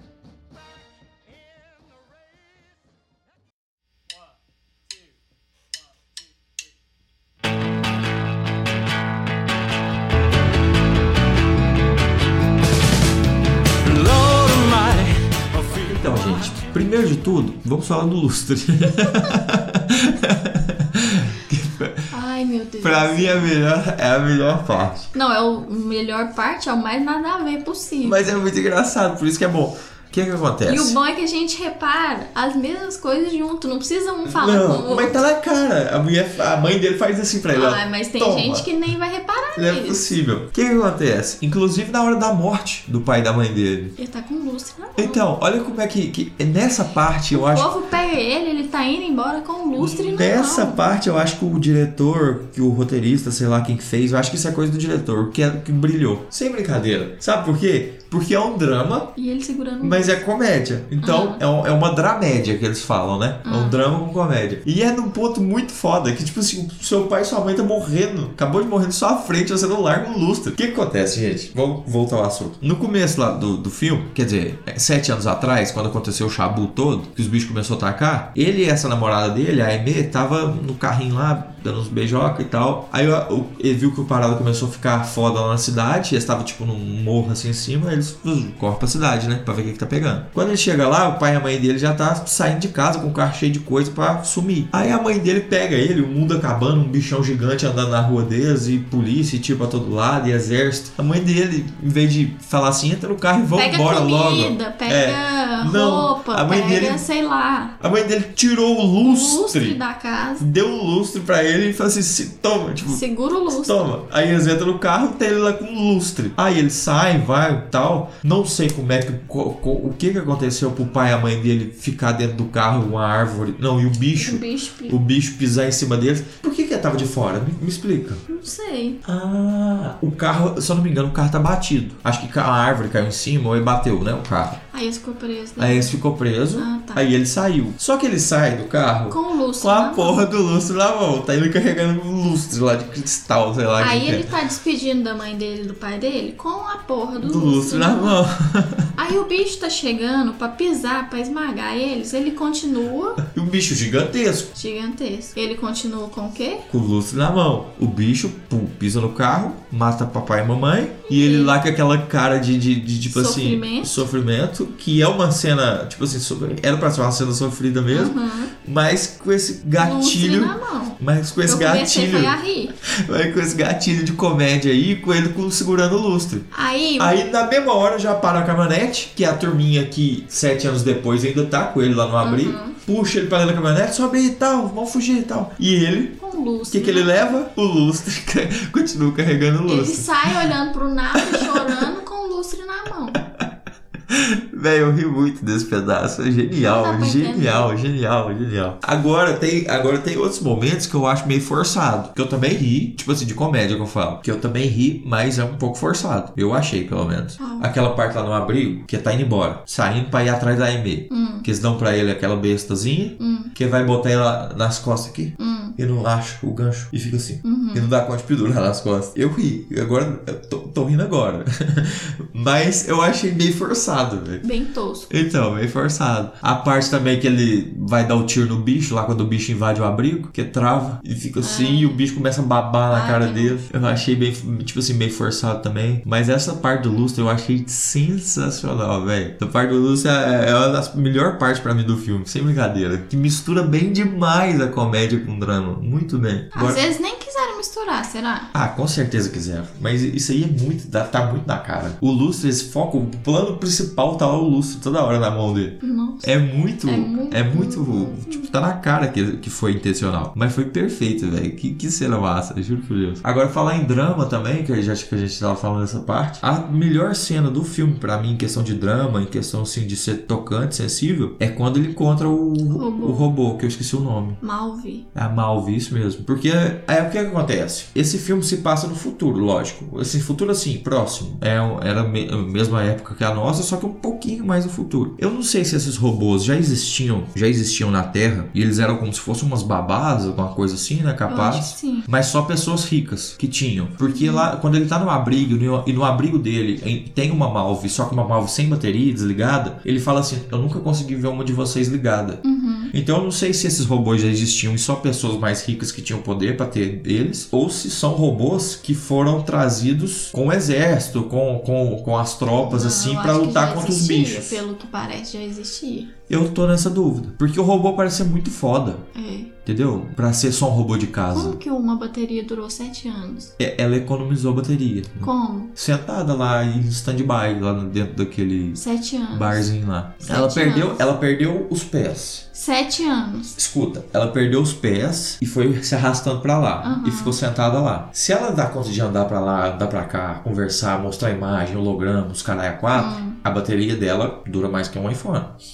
Speaker 4: back in the race.
Speaker 1: Lord Almighty.
Speaker 2: Então, gente, primeiro de tudo, vamos falar do lustre. *laughs*
Speaker 3: Ai, meu Deus.
Speaker 2: pra mim, a melhor, é a melhor parte.
Speaker 3: Não, é o melhor parte, é o mais nada a ver possível.
Speaker 2: Mas é muito engraçado, por isso que é bom. O que é que acontece?
Speaker 3: E o bom é que a gente repara as mesmas coisas junto, não precisa um falar com o Ah, é
Speaker 2: não,
Speaker 3: outro.
Speaker 2: mas tá na cara. A, mulher, a mãe dele faz assim pra ele. ó,
Speaker 3: Ai, mas tem
Speaker 2: "Toma."
Speaker 3: gente que nem vai reparar
Speaker 2: Não é
Speaker 3: nisso.
Speaker 2: possível. O que, que acontece? Inclusive na hora da morte do pai e da mãe dele.
Speaker 3: Ele tá com lustre na mão.
Speaker 2: Então, olha como é que. que nessa parte eu
Speaker 3: o
Speaker 2: acho.
Speaker 3: povo pega ele, ele tá indo embora com lustre na
Speaker 2: Nessa
Speaker 3: mão.
Speaker 2: parte eu acho que o diretor, que o roteirista, sei lá quem que fez, eu acho que isso é coisa do diretor, que, é, que brilhou. Sem brincadeira. Sabe por quê? Porque é um drama,
Speaker 3: E ele segurando o
Speaker 2: mas é comédia. Então
Speaker 3: Aham.
Speaker 2: é, um- é uma dramédia que eles falam, né? É um drama com comédia. E é num ponto muito foda, que tipo assim, o seu pai e sua mãe tá morrendo, acabou de morrer na sua frente, você não larga um lustre. O que que acontece, gente? Vamos voltar ao assunto. No começo lá do, do filme, quer dizer, é, sete anos atrás, quando aconteceu o chabu todo, que os bichos começaram a atacar, ele e essa namorada dele, a Aimee, tava no carrinho lá, dando uns beijoca e tal. Aí ó, o- ele viu que o parado começou a ficar foda lá na cidade, eles estavam tipo num morro assim em cima, eles uh, corre pra cidade, né? Pra ver o que, que tá pegando. Quando ele chega lá, o pai e a mãe dele já tá saindo de casa com o carro cheio de coisa pra sumir. Aí a mãe dele pega ele, o mundo acabando, um bichão gigante andando na rua deles, e polícia, e tiro pra todo lado, e exército. A mãe dele, em vez de falar assim, entra no carro e vamos
Speaker 3: Pega
Speaker 2: embora logo. É.
Speaker 3: comida, pega
Speaker 2: Não,
Speaker 3: roupa,
Speaker 2: a mãe
Speaker 3: pega
Speaker 2: dele-
Speaker 3: sei lá,
Speaker 2: A mãe dele tirou o
Speaker 3: o
Speaker 2: lustre,
Speaker 3: lustre da casa.
Speaker 2: deu o lustre pra ele e falou assim: "Se- toma, tipo,
Speaker 3: Segura o lustre.
Speaker 2: Toma. Aí eles entram no carro e tem ele lá com um lustre. Aí ele sai, vai tal. Não sei como é que. co- co- o que que aconteceu pro pai e a mãe dele ficar dentro do carro, uma árvore. Não, e o
Speaker 3: O
Speaker 2: bicho.
Speaker 3: bicho,
Speaker 2: O bicho pisar em cima deles. Por que que ele tava de fora? Me, me explica.
Speaker 3: não sei.
Speaker 2: Ah, o carro, se eu não me engano, o carro tá batido. Acho que ca- a árvore caiu em cima ou ele bateu, né? O carro.
Speaker 3: Aí eles ficou preso. né?
Speaker 2: Aí ele ficou preso.
Speaker 3: Ah, tá.
Speaker 2: Aí ele saiu. Só que ele sai do carro.
Speaker 3: Com o lustre.
Speaker 2: Com a
Speaker 3: na mão.
Speaker 2: porra do lustre na mão. Tá ele carregando um lustre lá de cristal, sei lá. que
Speaker 3: Aí
Speaker 2: que é.
Speaker 3: ele tá despedindo da mãe dele e do pai dele com a porra do,
Speaker 2: do lustre na mão.
Speaker 3: Aí o bicho tá chegando pra pisar, pra esmagar eles. Ele continua
Speaker 2: E um bicho gigantesco
Speaker 3: gigantesco. Ele continua com o quê?
Speaker 2: com o lustre na mão. O bicho pum, pisa no carro, mata papai e mamãe. E ele lá com aquela cara de, de, de, tipo assim,
Speaker 3: Sofrimento.
Speaker 2: sofrimento, que é uma cena, tipo assim, so- era pra ser uma cena sofrida mesmo,
Speaker 3: Aham.
Speaker 2: mas com esse
Speaker 3: Lustre
Speaker 2: gatilho.
Speaker 3: na mão.
Speaker 2: Mas com esse
Speaker 3: Eu comecei
Speaker 2: gatilho,
Speaker 3: foi a rir.
Speaker 2: mas com esse gatilho de comédia aí, com ele com- segurando o lustre.
Speaker 3: Aí,
Speaker 2: Aí na mesma hora já para a caminhonete, que é a turminha que sete anos depois ainda tá com ele lá no abrir,
Speaker 3: Uhum.
Speaker 2: puxa ele pra dentro da caminhonete, sobe aí e tal, vamos fugir e tal. E ele,
Speaker 3: com o
Speaker 2: o
Speaker 3: lustre.
Speaker 2: que, que ele
Speaker 3: na
Speaker 2: leva? O lustre, *laughs* continua carregando o
Speaker 3: mão. Ele
Speaker 2: lustre.
Speaker 3: sai olhando pro nada, chorando, com o lustre na mão.
Speaker 2: Véi, eu ri muito desse pedaço, é
Speaker 3: Não dá
Speaker 2: genial,
Speaker 3: pra
Speaker 2: genial, genial, genial. Agora tem, agora tem outros momentos que eu acho meio forçado, que eu também ri, tipo assim, de comédia que eu falo, que eu também ri, mas é um pouco forçado, eu achei pelo menos.
Speaker 3: Ah.
Speaker 2: Aquela parte lá no abrigo, que tá indo embora, saindo pra ir atrás da Aimee.
Speaker 3: Hum,
Speaker 2: Que eles dão pra ele aquela bestazinha.
Speaker 3: hum,
Speaker 2: Que vai botar ela nas costas aqui.
Speaker 3: hum.
Speaker 2: e não acha o gancho e fica assim.
Speaker 3: uhum,
Speaker 2: E não dá conta de pendurar nas costas. Eu ri, agora eu tô, tô rindo agora. *laughs* Mas eu achei meio forçado, velho.
Speaker 3: Bem tosco.
Speaker 2: Então, meio forçado. A parte também que ele vai dar o tiro no bicho, lá quando o bicho invade o abrigo, que trava, e fica assim, e o bicho começa a babar na
Speaker 3: Ah,
Speaker 2: cara
Speaker 3: que
Speaker 2: dele. Eu achei bem, tipo assim, meio forçado também. Mas essa parte do lustre eu achei sensacional, velho. A parte do lustre é é uma das melhores partes pra mim do filme, sem brincadeira. Que mistura bem demais a comédia com o drama. Muito bem.
Speaker 3: Às vezes nem quiseram misturar, será?
Speaker 2: Ah, com certeza quiseram. Mas isso aí é muito. dá- Tá muito na cara. O lustre, esse foco, o plano principal tá lá o lustre toda hora na mão dele.
Speaker 3: Nossa.
Speaker 2: É muito.
Speaker 3: É muito-
Speaker 2: É muito. Tipo, tá na cara que, que foi intencional. Mas foi perfeito, velho. Que, que cena massa, juro por Deus. Agora, falar em drama também, que eu já acho que a gente tava falando dessa parte. A melhor cena do filme, pra mim, em questão de drama, em questão assim de ser tocante, sensível, é quando ele encontra o,
Speaker 3: Robô.
Speaker 2: o robô, que eu esqueci o nome.
Speaker 3: Malve.
Speaker 2: É mal isso mesmo. Porque é o que acontece. Esse filme se passa no futuro, lógico. Esse futuro, assim, próximo. É, um- era me- a mesma época que a nossa, só que um pouquinho mais no futuro. Eu não sei se esses robôs já existiam, já existiam na Terra. E eles eram como se fossem umas babás, alguma coisa assim, né?
Speaker 3: Eu
Speaker 2: Capaz.
Speaker 3: acho que sim.
Speaker 2: Mas só pessoas ricas que tinham. Porque lá, quando ele tá no abrigo, no- e no abrigo dele em- tem uma Malve, só que uma Malve sem bateria, desligada, ele fala assim: Eu nunca consegui ver uma de vocês ligada.
Speaker 3: Uhum.
Speaker 2: Então eu não sei se esses robôs já existiam e só pessoas mais ricas que tinham poder pra ter eles, ou se são robôs que foram trazidos com o exército, com, com, com as tropas,
Speaker 3: Não,
Speaker 2: assim,
Speaker 3: Ah, eu
Speaker 2: pra
Speaker 3: acho que
Speaker 2: lutar
Speaker 3: já
Speaker 2: contra os
Speaker 3: existia,
Speaker 2: bichos.
Speaker 3: Pelo que parece, já existia.
Speaker 2: Eu tô nessa dúvida. Porque o robô parece ser muito foda,
Speaker 3: É.
Speaker 2: entendeu? Pra ser só um robô de casa.
Speaker 3: Como que uma bateria durou sete anos?
Speaker 2: É, Ela economizou bateria.
Speaker 3: Como?
Speaker 2: Sentada lá em stand-by, lá no- dentro daquele
Speaker 3: Sete anos.
Speaker 2: barzinho lá.
Speaker 3: Sete
Speaker 2: Ela perdeu,
Speaker 3: anos.
Speaker 2: ela perdeu os pés.
Speaker 3: Sete anos.
Speaker 2: Escuta, ela perdeu os pés e foi *laughs* se arrastando pra lá
Speaker 3: Aham.
Speaker 2: e ficou sentada lá. Se ela dá conta de andar pra lá, andar pra cá, conversar, mostrar imagem, holograma, os caralho a quatro,
Speaker 3: Hum,
Speaker 2: a bateria dela dura mais que um iPhone.
Speaker 3: não.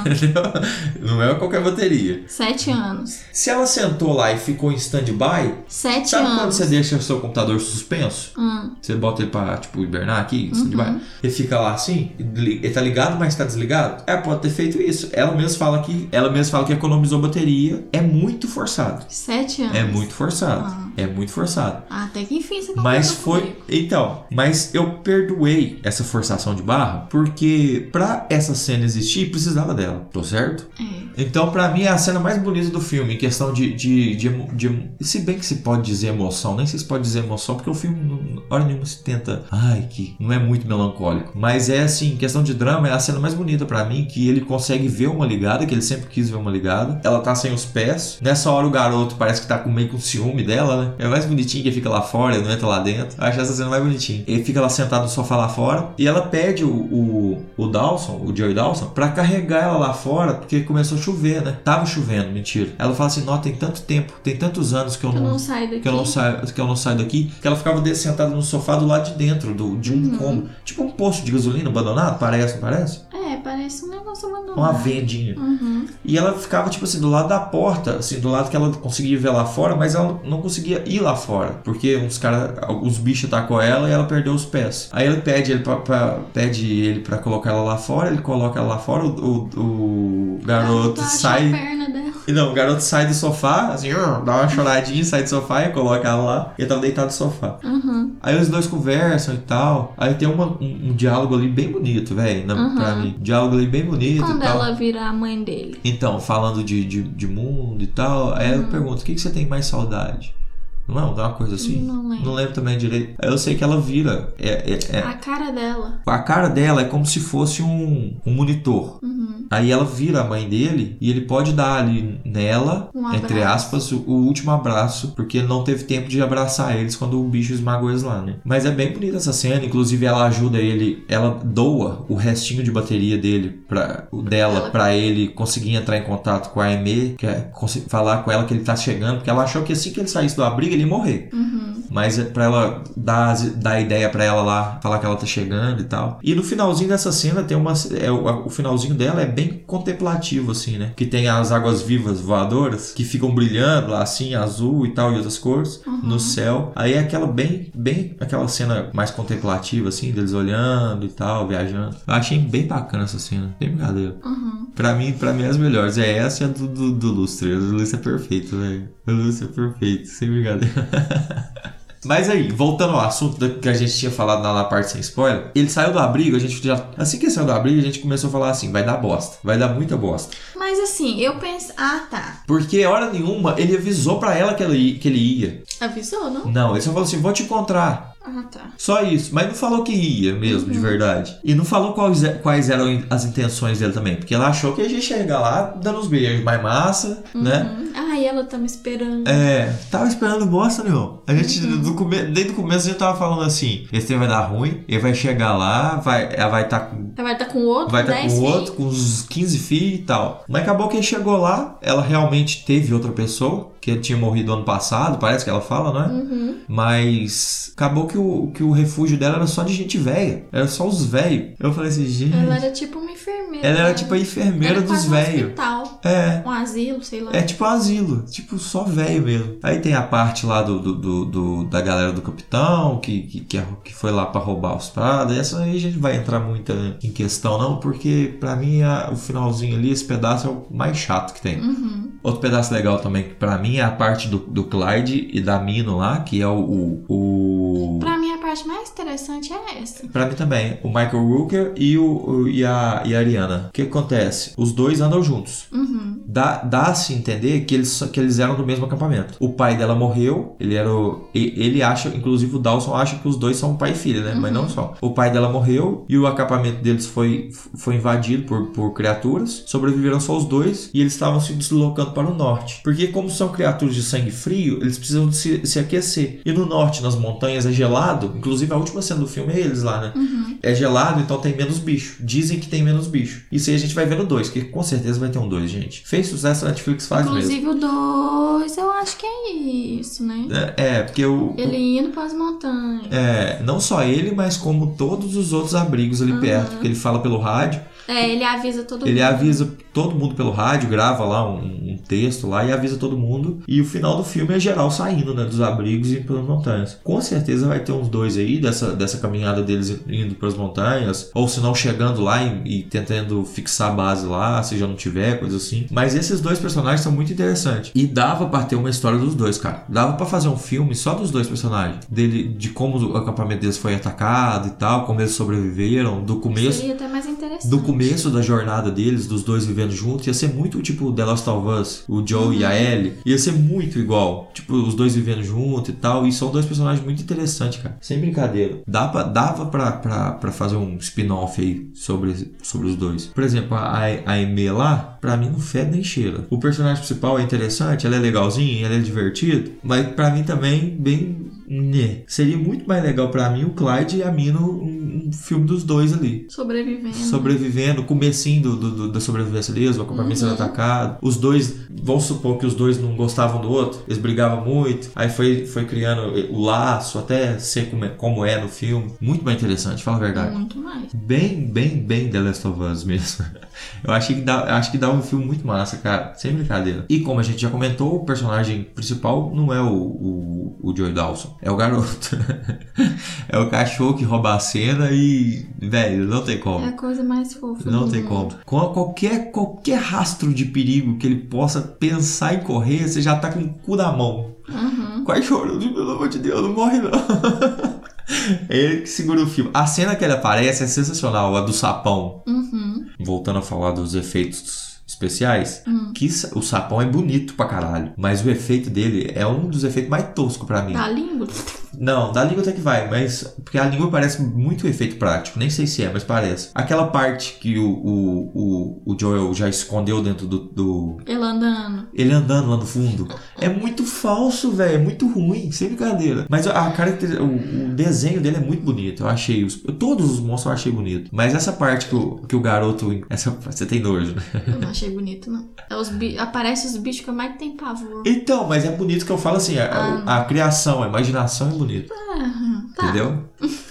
Speaker 2: Entendeu? *laughs* Não é qualquer bateria.
Speaker 3: Ah, Sete anos.
Speaker 2: Se ela sentou lá e ficou em stand-by,
Speaker 3: Sete
Speaker 2: sabe quando
Speaker 3: anos.
Speaker 2: você deixa o seu computador suspenso?
Speaker 3: Hum,
Speaker 2: Você bota ele pra, tipo, hibernar aqui, em
Speaker 3: Uhum.
Speaker 2: stand-by. Ele fica lá assim, li- ele tá ligado, mas tá desligado. Ela pode ter feito isso. Ela mesma fala que, ela mesma fala que economizou bateria. É muito forçado.
Speaker 3: Sete anos.
Speaker 2: É muito forçado.
Speaker 3: Ah.
Speaker 2: É muito forçado.
Speaker 3: Até que enfim você
Speaker 2: Mas
Speaker 3: concordou
Speaker 2: foi.
Speaker 3: comigo.
Speaker 2: Então, mas eu perdoei essa forçação de barra porque pra essa cena existir precisava dela, tô certo?
Speaker 3: É.
Speaker 2: Então, pra mim, é a cena mais bonita do filme, em questão de. de, de, emo- de emo- se bem que se pode dizer emoção, nem sei se pode dizer emoção, porque o filme, não- hora nenhuma, se tenta. Ai, que. Não é muito melancólico. Mas é assim, em questão de drama, é a cena mais bonita pra mim, que ele consegue ver uma ligada, que ele sempre quis ver uma ligada. Ela tá sem os pés. Nessa hora, o garoto parece que tá com meio com ciúme dela, né? É mais bonitinho que ele fica lá fora, ele não entra lá dentro. Eu acho essa cena mais bonitinha. Ele fica lá sentado no sofá lá fora, e ela pede o, o, o Dawson, o Joey Dawson, pra carregar ela lá fora, porque começou a chover, né? Tava chovendo, mentira. Ela fala assim: Nó, tem tanto tempo, tem tantos anos que eu
Speaker 3: Eu
Speaker 2: não
Speaker 3: não saio daqui.
Speaker 2: que eu não saio, que eu não saio daqui, que ela ficava de- sentada no sofá do lado de dentro do, de um
Speaker 3: Uhum.
Speaker 2: cômodo, tipo um posto de gasolina abandonado, parece, não parece?
Speaker 3: É, parece um negócio abandonado.
Speaker 2: Uma vendinha.
Speaker 3: Uhum.
Speaker 2: E ela ficava tipo assim do lado da porta, assim, do lado que ela conseguia ver lá fora, mas ela não conseguia ir lá fora, porque uns caras, os bichos atacou ela e ela perdeu os pés. Aí ele pede ele pra, pra- pede ele para colocar ela lá fora, ele coloca ela lá fora, o, o- o garoto
Speaker 3: Ela tá achando
Speaker 2: sai
Speaker 3: A perna dela.
Speaker 2: e Não, o garoto sai do sofá, assim, "Ur", dá uma choradinha, sai do sofá e coloca ela lá. Ele tava deitado no sofá.
Speaker 3: Uhum.
Speaker 2: Aí os dois conversam e tal. Aí tem uma- um, um diálogo ali bem bonito, velho, na-
Speaker 3: Uhum.
Speaker 2: pra mim. Diálogo ali bem bonito
Speaker 3: Quando
Speaker 2: e tá- tal.
Speaker 3: ela virar a mãe dele.
Speaker 2: Então, falando de, de, de mundo e tal, aí
Speaker 3: Hum.
Speaker 2: eu pergunto, o que, que você tem mais saudade? Não, dá uma coisa assim?
Speaker 3: Não lembro.
Speaker 2: Não lembro também direito. Aí eu sei que ela vira. É, é- é-
Speaker 3: A cara dela.
Speaker 2: A cara dela é como se fosse um, um monitor.
Speaker 3: Uhum.
Speaker 2: Aí ela vira a mãe dele e ele pode dar ali nela,
Speaker 3: Um abraço.
Speaker 2: entre aspas, o, o último abraço, porque ele não teve tempo de abraçar eles quando o bicho esmagou eles lá, né? Mas é bem bonita essa cena, inclusive ela ajuda ele, ela doa o restinho de bateria dele para dela
Speaker 3: Ela-
Speaker 2: pra ele conseguir entrar em contato com a Aimee, que é consi- falar com ela que ele tá chegando, porque ela achou que assim que ele saísse do abrigo ele ia morrer.
Speaker 3: Uhum.
Speaker 2: Mas é pra ela dar, as- dar ideia pra ela lá, falar que ela tá chegando e tal. E no finalzinho dessa cena tem uma. É, o, o finalzinho dela é bem contemplativo, assim, né? Que tem as águas vivas voadoras que ficam brilhando lá, assim, azul e tal, e outras cores
Speaker 3: Uhum.
Speaker 2: no céu. Aí é aquela bem, bem aquela cena mais contemplativa, assim, deles olhando e tal, viajando. Eu achei bem bacana essa cena. Bem brincadeira.
Speaker 3: Uhum.
Speaker 2: Pra mim, pra mim, as melhores. É essa e a do, do, do Lustre. A do Lustre é perfeito, velho. A do Lustre é perfeito, sem brincadeira. *laughs* Mas aí, voltando ao assunto da- que a gente tinha falado na, na parte sem spoiler, ele saiu do abrigo, a gente já. Assim que ele saiu do abrigo, a gente começou a falar assim: vai dar bosta, vai dar muita bosta.
Speaker 3: Mas assim, eu penso. Ah, tá.
Speaker 2: Porque hora nenhuma ele avisou pra ela que, ela ia- que ele ia.
Speaker 3: Avisou, não?
Speaker 2: Não, ele só falou assim: vou te encontrar.
Speaker 3: Ah, tá.
Speaker 2: Só isso, mas não falou que ia mesmo, de verdade. E não falou quais, é- quais eram as intenções dele também, porque ela achou que a gente ia chegar lá dando os beijos mais massa, né?
Speaker 3: Hum. Ah, e ela tá me esperando.
Speaker 2: É, tava esperando bosta, nenhum. A gente,
Speaker 3: Uhum.
Speaker 2: do come- desde o começo, a gente tava falando assim: esse trem vai dar ruim, ele vai chegar lá, vai, ela vai estar com
Speaker 3: Ela vai estar com outro,
Speaker 2: vai estar
Speaker 3: 10
Speaker 2: com o
Speaker 3: filhos.
Speaker 2: outro, com uns 15 filhos e tal. Mas acabou que ele chegou lá, ela realmente teve outra pessoa, que tinha morrido ano passado, parece que ela fala,
Speaker 3: Uhum.
Speaker 2: né? Mas acabou que o, que o refúgio dela era só de gente velha, era só os velhos. Eu falei assim, gente.
Speaker 3: Ela era tipo uma enfermeira.
Speaker 2: Ela era
Speaker 3: né?
Speaker 2: tipo a enfermeira
Speaker 3: Era
Speaker 2: dos
Speaker 3: quase um
Speaker 2: velhos.
Speaker 3: hospital,
Speaker 2: É.
Speaker 3: um asilo, sei lá.
Speaker 2: É tipo asilo, tipo só velho mesmo. Aí tem a parte lá do, do- do- do- da galera do capitão, que, que, que arro- que foi lá pra roubar os prados. Essa aí a gente vai entrar muito em questão, não, porque pra mim a- o finalzinho ali, esse pedaço é o mais chato que tem.
Speaker 3: Uhum.
Speaker 2: Outro pedaço legal também, que pra mim é a parte do, do Clyde e da Mino lá, que é o. o, o-
Speaker 3: Pra mim, a parte mais interessante é essa.
Speaker 2: Pra mim também, o Michael Rooker e, o, o- e, a, e a Ariana. O que acontece? Os dois andam juntos.
Speaker 3: Uhum.
Speaker 2: Dá, dá a se entender que eles, só- que eles eram do mesmo acampamento. O pai dela morreu, ele era o, e- ele acha, inclusive o Dawson acha que os dois são pai e filha, né? Mas não são. O pai dela morreu e o acampamento deles foi, foi invadido por, por criaturas. Sobreviveram só os dois e eles estavam se deslocando para o norte. Porque como são criaturas de sangue frio, eles precisam de se, se aquecer. E no norte, nas montanhas, é gelado. Inclusive a última cena do filme é eles lá, né? É gelado, então tem menos bicho. Dizem que tem menos bicho. Isso aí a gente vai ver no 2, que com certeza vai ter um 2, gente. Fez sucesso, a Netflix faz mesmo.
Speaker 3: Inclusive o 2, eu acho que é isso, né?
Speaker 2: É, é, porque o.
Speaker 3: Ele indo pras montanhas.
Speaker 2: É, não só ele, mas como todos os outros abrigos
Speaker 3: Uhum.
Speaker 2: ali perto, que ele fala pelo rádio,
Speaker 3: É, ele avisa todo
Speaker 2: ele
Speaker 3: mundo.
Speaker 2: avisa todo mundo pelo rádio, grava lá um, um texto lá e avisa todo mundo. E o final do filme é geral saindo, né, dos abrigos e indo pelas montanhas. Com certeza vai ter uns dois aí dessa, dessa caminhada deles indo pras montanhas, ou se não chegando lá e, e tentando fixar a base lá, se já não tiver, coisa assim. Mas esses dois personagens são muito interessantes. E dava pra ter uma história dos dois, cara. Dava pra fazer um filme só dos dois personagens, dele de como o acampamento deles foi atacado e tal, como eles sobreviveram, do começo
Speaker 3: Seria até mais interessante.
Speaker 2: do começo da jornada deles, dos dois vivendo juntos, ia ser muito tipo The Last of Us, o Joe e a Ellie. Ia ser muito igual. Tipo, os dois vivendo junto e tal. E são dois personagens muito interessantes, cara. Sem brincadeira. Dá pra, dava pra, pra, pra fazer um spin-off aí sobre, sobre os dois. Por exemplo, a, a Aimee lá, pra mim não fede nem cheira. O personagem principal é interessante, ela é legalzinha, ela é divertida. Mas pra mim também, bem. Né. Seria muito mais legal pra mim o Clyde e a Mino um, um filme dos dois ali
Speaker 3: Sobrevivendo.
Speaker 2: sobrevivendo, o comecinho do, do- do- da sobrevivência deles, o acampamento sendo atacado. Os dois, vamos supor que os dois não gostavam do outro, eles brigavam muito, aí foi, foi criando o laço, até ser como é, como é no filme. Muito mais interessante, fala a verdade.
Speaker 3: Muito mais.
Speaker 2: Bem, bem, bem The Last of Us mesmo. *laughs* Eu achei que dá, acho que dá um filme muito massa, cara. Sem brincadeira. E como a gente já comentou, o personagem principal não é o, o, o Joey Dawson. É o garoto. *laughs* é o cachorro que rouba a cena e. Velho, não tem como.
Speaker 3: É a coisa mais fofa.
Speaker 2: Não
Speaker 3: do
Speaker 2: tem
Speaker 3: mundo.
Speaker 2: como. Com qualquer, qualquer rastro de perigo que ele possa pensar em correr, você já tá com o cu na mão.
Speaker 3: Uhum.
Speaker 2: Quase chorando, pelo amor de Deus, não morre não. *laughs* É ele que segura o filme. A cena que ele aparece é sensacional, a do sapão.
Speaker 3: Uhum.
Speaker 2: Voltando a falar dos efeitos especiais,
Speaker 3: Hum.
Speaker 2: que sa- o sapão é bonito pra caralho, mas o efeito dele é um dos efeitos mais toscos pra mim.
Speaker 3: Da língua.
Speaker 2: Não, da língua até que vai, mas. Porque a língua parece muito efeito prático, nem sei se é, mas parece. Aquela parte que o, o, o, o Joel já escondeu dentro do, do-
Speaker 3: Ela andando.
Speaker 2: Ele andando lá no fundo. É muito falso, velho. É muito ruim, sem brincadeira. Mas a caracter... o, o desenho dele é muito bonito. Eu achei. Os... Todos os monstros eu achei bonito. Mas essa parte que o, que o garoto. Essa... Você tem nojo, né?
Speaker 3: Eu não achei bonito, não. É os bi... Aparece os bichos que eu mais tem pavor.
Speaker 2: Então, mas é bonito que eu falo assim: a, a criação, a imaginação é bonita.
Speaker 3: Ah, tá.
Speaker 2: Entendeu?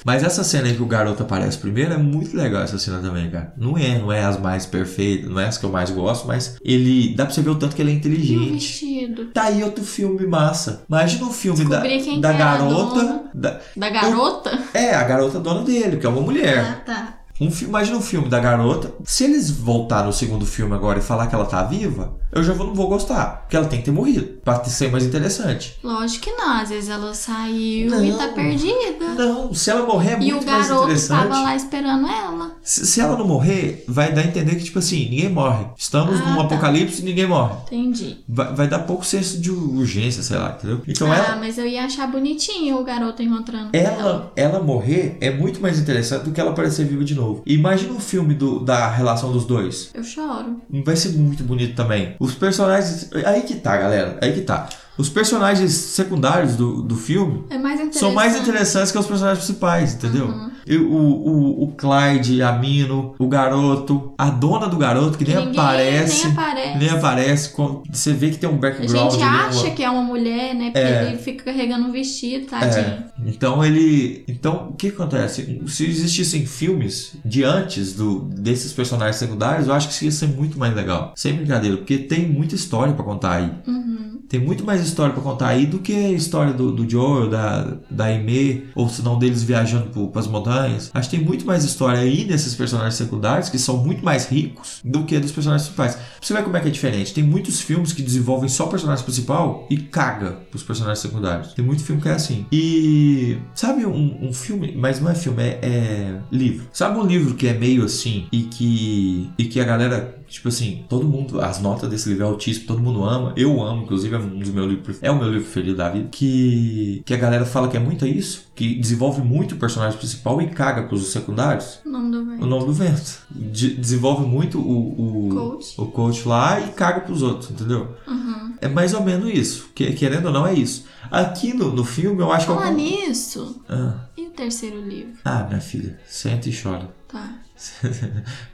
Speaker 2: Mas essa cena aí que o garoto aparece primeiro é muito legal essa cena também, cara. Não é, não é as mais perfeitas, não é as que eu mais gosto, mas ele. Dá pra você ver o tanto que ele é
Speaker 3: E o
Speaker 2: inteligente.
Speaker 3: vestido
Speaker 2: Tá aí outro filme massa. Imagina um filme da,
Speaker 3: Uhum. Descobri quem
Speaker 2: da
Speaker 3: que é a
Speaker 2: garota.
Speaker 3: dona.
Speaker 2: da-
Speaker 3: da garota?
Speaker 2: é, a garota dona dele, que é uma mulher.
Speaker 3: Ah, tá.
Speaker 2: Um filme, imagina um filme da garota. Se eles voltar no segundo filme agora e falar que ela tá viva, eu já vou- não vou gostar. Porque ela tem que ter morrido. Pra ser mais interessante.
Speaker 3: Lógico que não, às vezes ela saiu
Speaker 2: Não.
Speaker 3: e tá perdida.
Speaker 2: Não, se ela morrer é
Speaker 3: E
Speaker 2: muito
Speaker 3: o
Speaker 2: mais
Speaker 3: garoto
Speaker 2: interessante.
Speaker 3: tava lá esperando ela.
Speaker 2: Se, se ela não morrer, vai dar a entender que, tipo assim, ninguém morre. Estamos
Speaker 3: Ah,
Speaker 2: num
Speaker 3: tá.
Speaker 2: apocalipse e ninguém morre.
Speaker 3: Entendi.
Speaker 2: Vai, vai dar pouco senso de urgência, sei lá, entendeu? Então
Speaker 3: ah,
Speaker 2: ela,
Speaker 3: mas eu ia achar bonitinho o garoto encontrando ela.
Speaker 2: Ela, ela morrer é muito mais interessante do que ela aparecer viva de novo. E Imagina um filme do- da relação dos dois.
Speaker 3: Eu choro.
Speaker 2: Vai ser muito bonito também. Os personagens. Aí que tá, galera. Aí que tá. Os personagens secundários do, do filme
Speaker 3: É mais interessante. Uhum.
Speaker 2: são mais interessantes que os personagens principais, entendeu? E o, o, o Clyde, a Mino, o garoto, a dona do garoto, que nem
Speaker 3: Ninguém-
Speaker 2: aparece.
Speaker 3: nem aparece.
Speaker 2: Nem aparece. com- Você vê que tem um
Speaker 3: A
Speaker 2: background.
Speaker 3: gente
Speaker 2: ali, um- uma-
Speaker 3: acha que é uma mulher, né? Porque
Speaker 2: É.
Speaker 3: ele fica carregando um vestido, tadinho.
Speaker 2: Então ele. Então o que acontece? Se existissem filmes de antes do, desses personagens secundários, eu acho que isso ia ser muito mais legal. Sem brincadeira, porque tem muita história pra contar aí.
Speaker 3: Uhum.
Speaker 2: Tem muito mais história pra contar aí do que a história do, do Joel, da, da Aimee, ou se não deles viajando pro, pras montanhas. Acho que tem muito mais história aí nesses personagens secundários, que são muito mais ricos do que dos personagens principais. Pra Você vê como é que é diferente. Tem muitos filmes que desenvolvem só o personagem principal e caga pros personagens secundários. Tem muito filme que é assim. E sabe um, um filme, mas não é filme, é, é livro. Sabe um livro que é meio assim e que, e que a galera Tipo assim, todo mundo, as notas desse livro é altíssimo, todo mundo ama. Eu amo, inclusive, é um dos meus livros, é o meu livro preferido da vida. Que, que a galera fala que é muito isso, que desenvolve muito o personagem principal e caga pros secundários.
Speaker 3: O nome do
Speaker 2: O
Speaker 3: velho.
Speaker 2: nome do vento. De- desenvolve muito o, o
Speaker 3: Coach.
Speaker 2: o coach lá e caga pros outros, entendeu?
Speaker 3: Uhum.
Speaker 2: É mais ou menos isso. Que- Querendo ou não, é isso. Aqui no, no filme, eu acho que.
Speaker 3: Falar
Speaker 2: algum-
Speaker 3: nisso,
Speaker 2: Ah,
Speaker 3: e o terceiro livro?
Speaker 2: ah, minha filha, senta e chora. *laughs*
Speaker 3: Tá.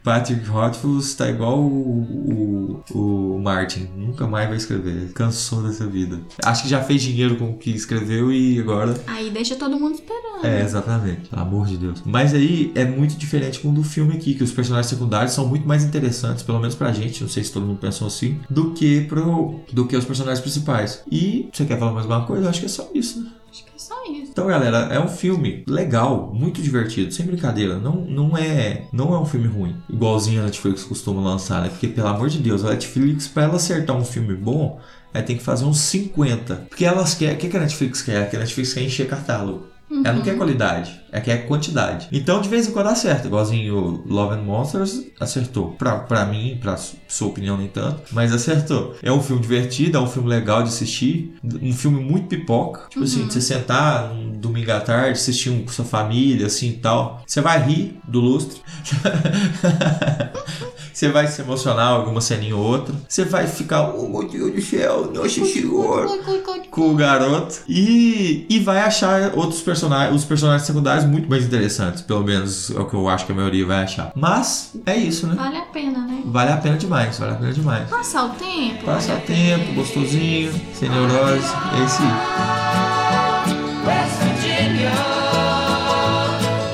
Speaker 2: Patrick Rothfuss tá igual o, o, o Martin, nunca mais vai escrever. Cansou dessa vida. Acho que já fez dinheiro com o que escreveu e agora.
Speaker 3: Aí deixa todo mundo esperando.
Speaker 2: É, exatamente. Pelo amor de Deus. Mas aí é muito diferente com o do filme aqui, que os personagens secundários são muito mais interessantes, pelo menos pra gente, não sei se todo mundo pensou assim, do que pro, do que os personagens principais. E você quer falar mais alguma coisa? Eu acho que é só isso, né?
Speaker 3: Acho que é só isso.
Speaker 2: Então, galera, é um filme legal, muito divertido, sem brincadeira. Não, não é não é um filme ruim, igualzinho a Netflix costuma lançar, né? Porque, pelo amor de Deus, a Netflix, pra ela acertar um filme bom, ela tem que fazer uns 50. Porque elas querem. O que que a Netflix quer? Que a Netflix quer encher catálogo. Ela É,
Speaker 3: Uhum.
Speaker 2: não quer qualidade, ela quer quantidade. Então, de vez em quando acerta. Igualzinho o Love and Monsters, acertou. Pra, pra mim, pra su- sua opinião, nem tanto, mas acertou. É um filme divertido, é um filme legal de assistir. Um filme muito pipoca. Tipo assim, você sentar um domingo à tarde, assistir um com sua família, assim e tal. Você vai rir do lustre. *laughs* Você vai se emocionar alguma ceninha ou outra. Você vai ficar, oh meu Deus do céu, nossa senhora
Speaker 3: Cui, cui, cui, cui.
Speaker 2: com o garoto e, e vai achar outros personagens, os personagens secundários muito mais interessantes, pelo menos é o que eu acho que a maioria vai achar. Mas é isso, né?
Speaker 3: Vale a pena, né?
Speaker 2: Vale a pena demais, vale a pena demais.
Speaker 3: Passar o tempo.
Speaker 2: Passa
Speaker 3: vale a
Speaker 2: tempo,
Speaker 3: pena.
Speaker 2: gostosinho, sem neurose, é isso aí.
Speaker 5: West Virginia,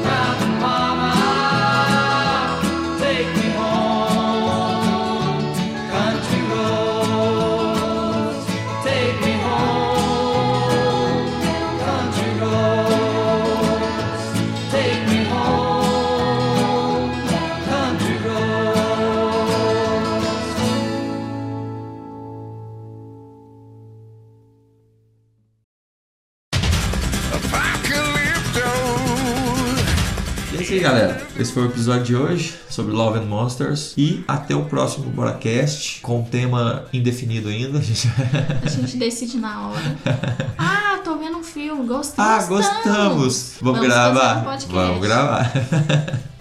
Speaker 5: round and mama, take me home, country roads, take me home, country roads, take me home, country roads.
Speaker 2: E é isso aí, galera. Esse foi o episódio de hoje sobre Love and Monsters. E até o próximo Boracast com um tema indefinido ainda. *laughs*
Speaker 3: A gente decide na hora. Ah, tô vendo um filme. Gostei.
Speaker 2: Ah, gostamos! Vamos,
Speaker 3: Vamos
Speaker 2: gravar!
Speaker 3: fazer um podcast.
Speaker 2: Vamos gravar! *laughs*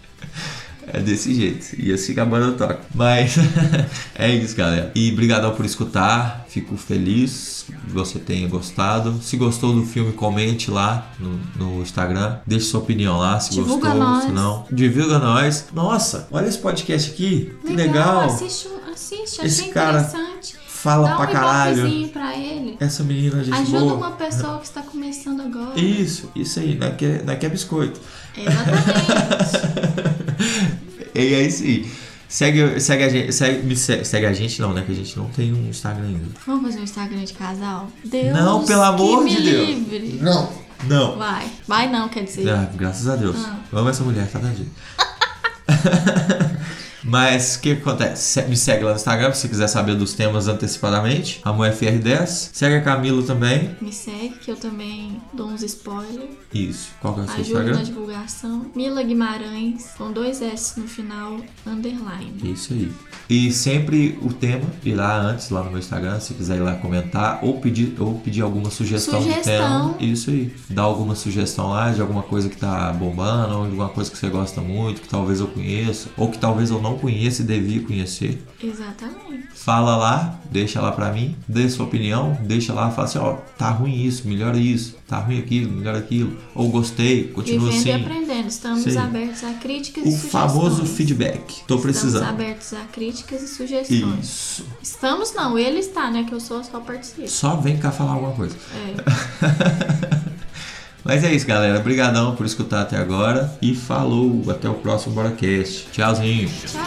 Speaker 2: É desse jeito. E assim acabando o toque. Mas *laughs* é isso, galera. E brigadão por escutar. Fico feliz que você tenha gostado. Se gostou do filme, comente lá no, no Instagram. Deixe sua opinião lá, se
Speaker 3: Divulga
Speaker 2: gostou,
Speaker 3: nós.
Speaker 2: se não. Divulga nós. Nossa, olha esse podcast aqui. Que legal.
Speaker 3: Assiste, um- assiste achei
Speaker 2: Esse cara
Speaker 3: interessante.
Speaker 2: Fala
Speaker 3: Dá um
Speaker 2: pra caralho.
Speaker 3: ibopezinho pra ele.
Speaker 2: Essa menina, é gente
Speaker 3: Ajuda
Speaker 2: boa.
Speaker 3: uma pessoa que está começando agora.
Speaker 2: Isso, isso aí. Não é que é- não é que é biscoito. *laughs*
Speaker 3: Exatamente.
Speaker 2: E é isso aí. Segue, segue a gente. Segue, me segue, segue a gente, não, né? Que a gente não tem um Instagram ainda.
Speaker 3: Vamos fazer um Instagram de casal? Deus
Speaker 2: Não, pelo amor
Speaker 3: que me
Speaker 2: de Deus.
Speaker 3: livre.
Speaker 2: Não.
Speaker 3: Vai. Vai não, quer dizer.
Speaker 2: Ah, graças a Deus.
Speaker 3: Ah.
Speaker 2: tá, Vamo essa mulher, cada dia. *laughs* Mas o que acontece? Se- Me segue lá no Instagram se quiser saber dos temas antecipadamente. é AmorFR10. Segue a Camilo também.
Speaker 3: Me segue, que eu também dou uns spoilers.
Speaker 2: Isso. Qual que é o seu
Speaker 3: Ajuda na
Speaker 2: Instagram?
Speaker 3: divulgação. Mila Guimarães, com dois S no final, underline.
Speaker 2: É Isso aí. E sempre o tema ir lá antes, lá no meu Instagram, se quiser ir lá comentar ou pedir, ou pedir alguma sugestão,
Speaker 3: Sugestão.
Speaker 2: do tema. Isso aí. Dá alguma sugestão lá de alguma coisa que tá bombando, ou de alguma coisa que você gosta muito, que talvez eu conheça, ou que talvez eu não conheça e devia conhecer.
Speaker 3: Exatamente.
Speaker 2: fala lá, deixa lá pra mim, dê sua opinião, deixa lá, fala assim, ó, tá ruim isso, melhora isso, tá ruim aquilo, melhora aquilo, ou gostei, continua
Speaker 3: Vivendo e
Speaker 2: assim.
Speaker 3: aprendendo. Estamos
Speaker 2: Sim.
Speaker 3: abertos a críticas e
Speaker 2: O
Speaker 3: sugestões.
Speaker 2: famoso feedback. Tô
Speaker 3: Estamos
Speaker 2: precisando.
Speaker 3: abertos a críticas e sugestões.
Speaker 2: Isso.
Speaker 3: Estamos não, ele está, né? Que eu sou só participo.
Speaker 2: Só vem cá falar alguma coisa. *laughs*
Speaker 3: É.
Speaker 2: Mas é isso, galera. Obrigadão por escutar até agora e falou, até o próximo BoraCast. Tchauzinho.
Speaker 3: Tchau.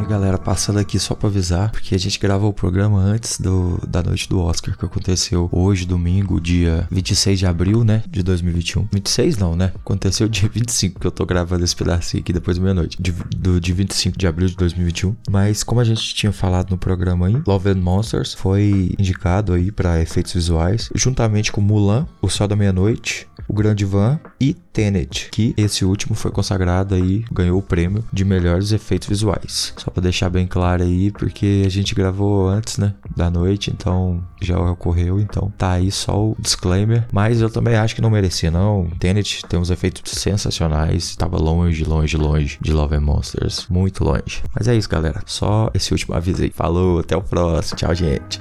Speaker 2: E galera, passando aqui só pra avisar, porque a gente gravou o programa antes do, da noite do Oscar, que aconteceu hoje, domingo, dia 26 de abril, né? De 2021. 26 não, né? Aconteceu dia *laughs* 25, que eu tô gravando esse pedacinho aqui depois da meia-noite. De, do, de 25 de abril de 2021. Mas como a gente tinha falado no programa aí, Love and Monsters foi indicado aí pra efeitos visuais, juntamente com Mulan, O Sol da Meia-Noite, o Grande Van e Tenet, que esse último foi consagrado aí, ganhou o prêmio de melhores efeitos visuais. Só pra deixar bem claro aí, porque a gente gravou antes, né, da noite, então já ocorreu, então tá aí só o disclaimer, mas eu também acho que não merecia não. Tenet tem uns efeitos sensacionais, tava longe, longe, longe de Love and Monsters, muito longe. Mas é isso, galera, só esse último aviso aí. Falou, até o próximo. Tchau, gente.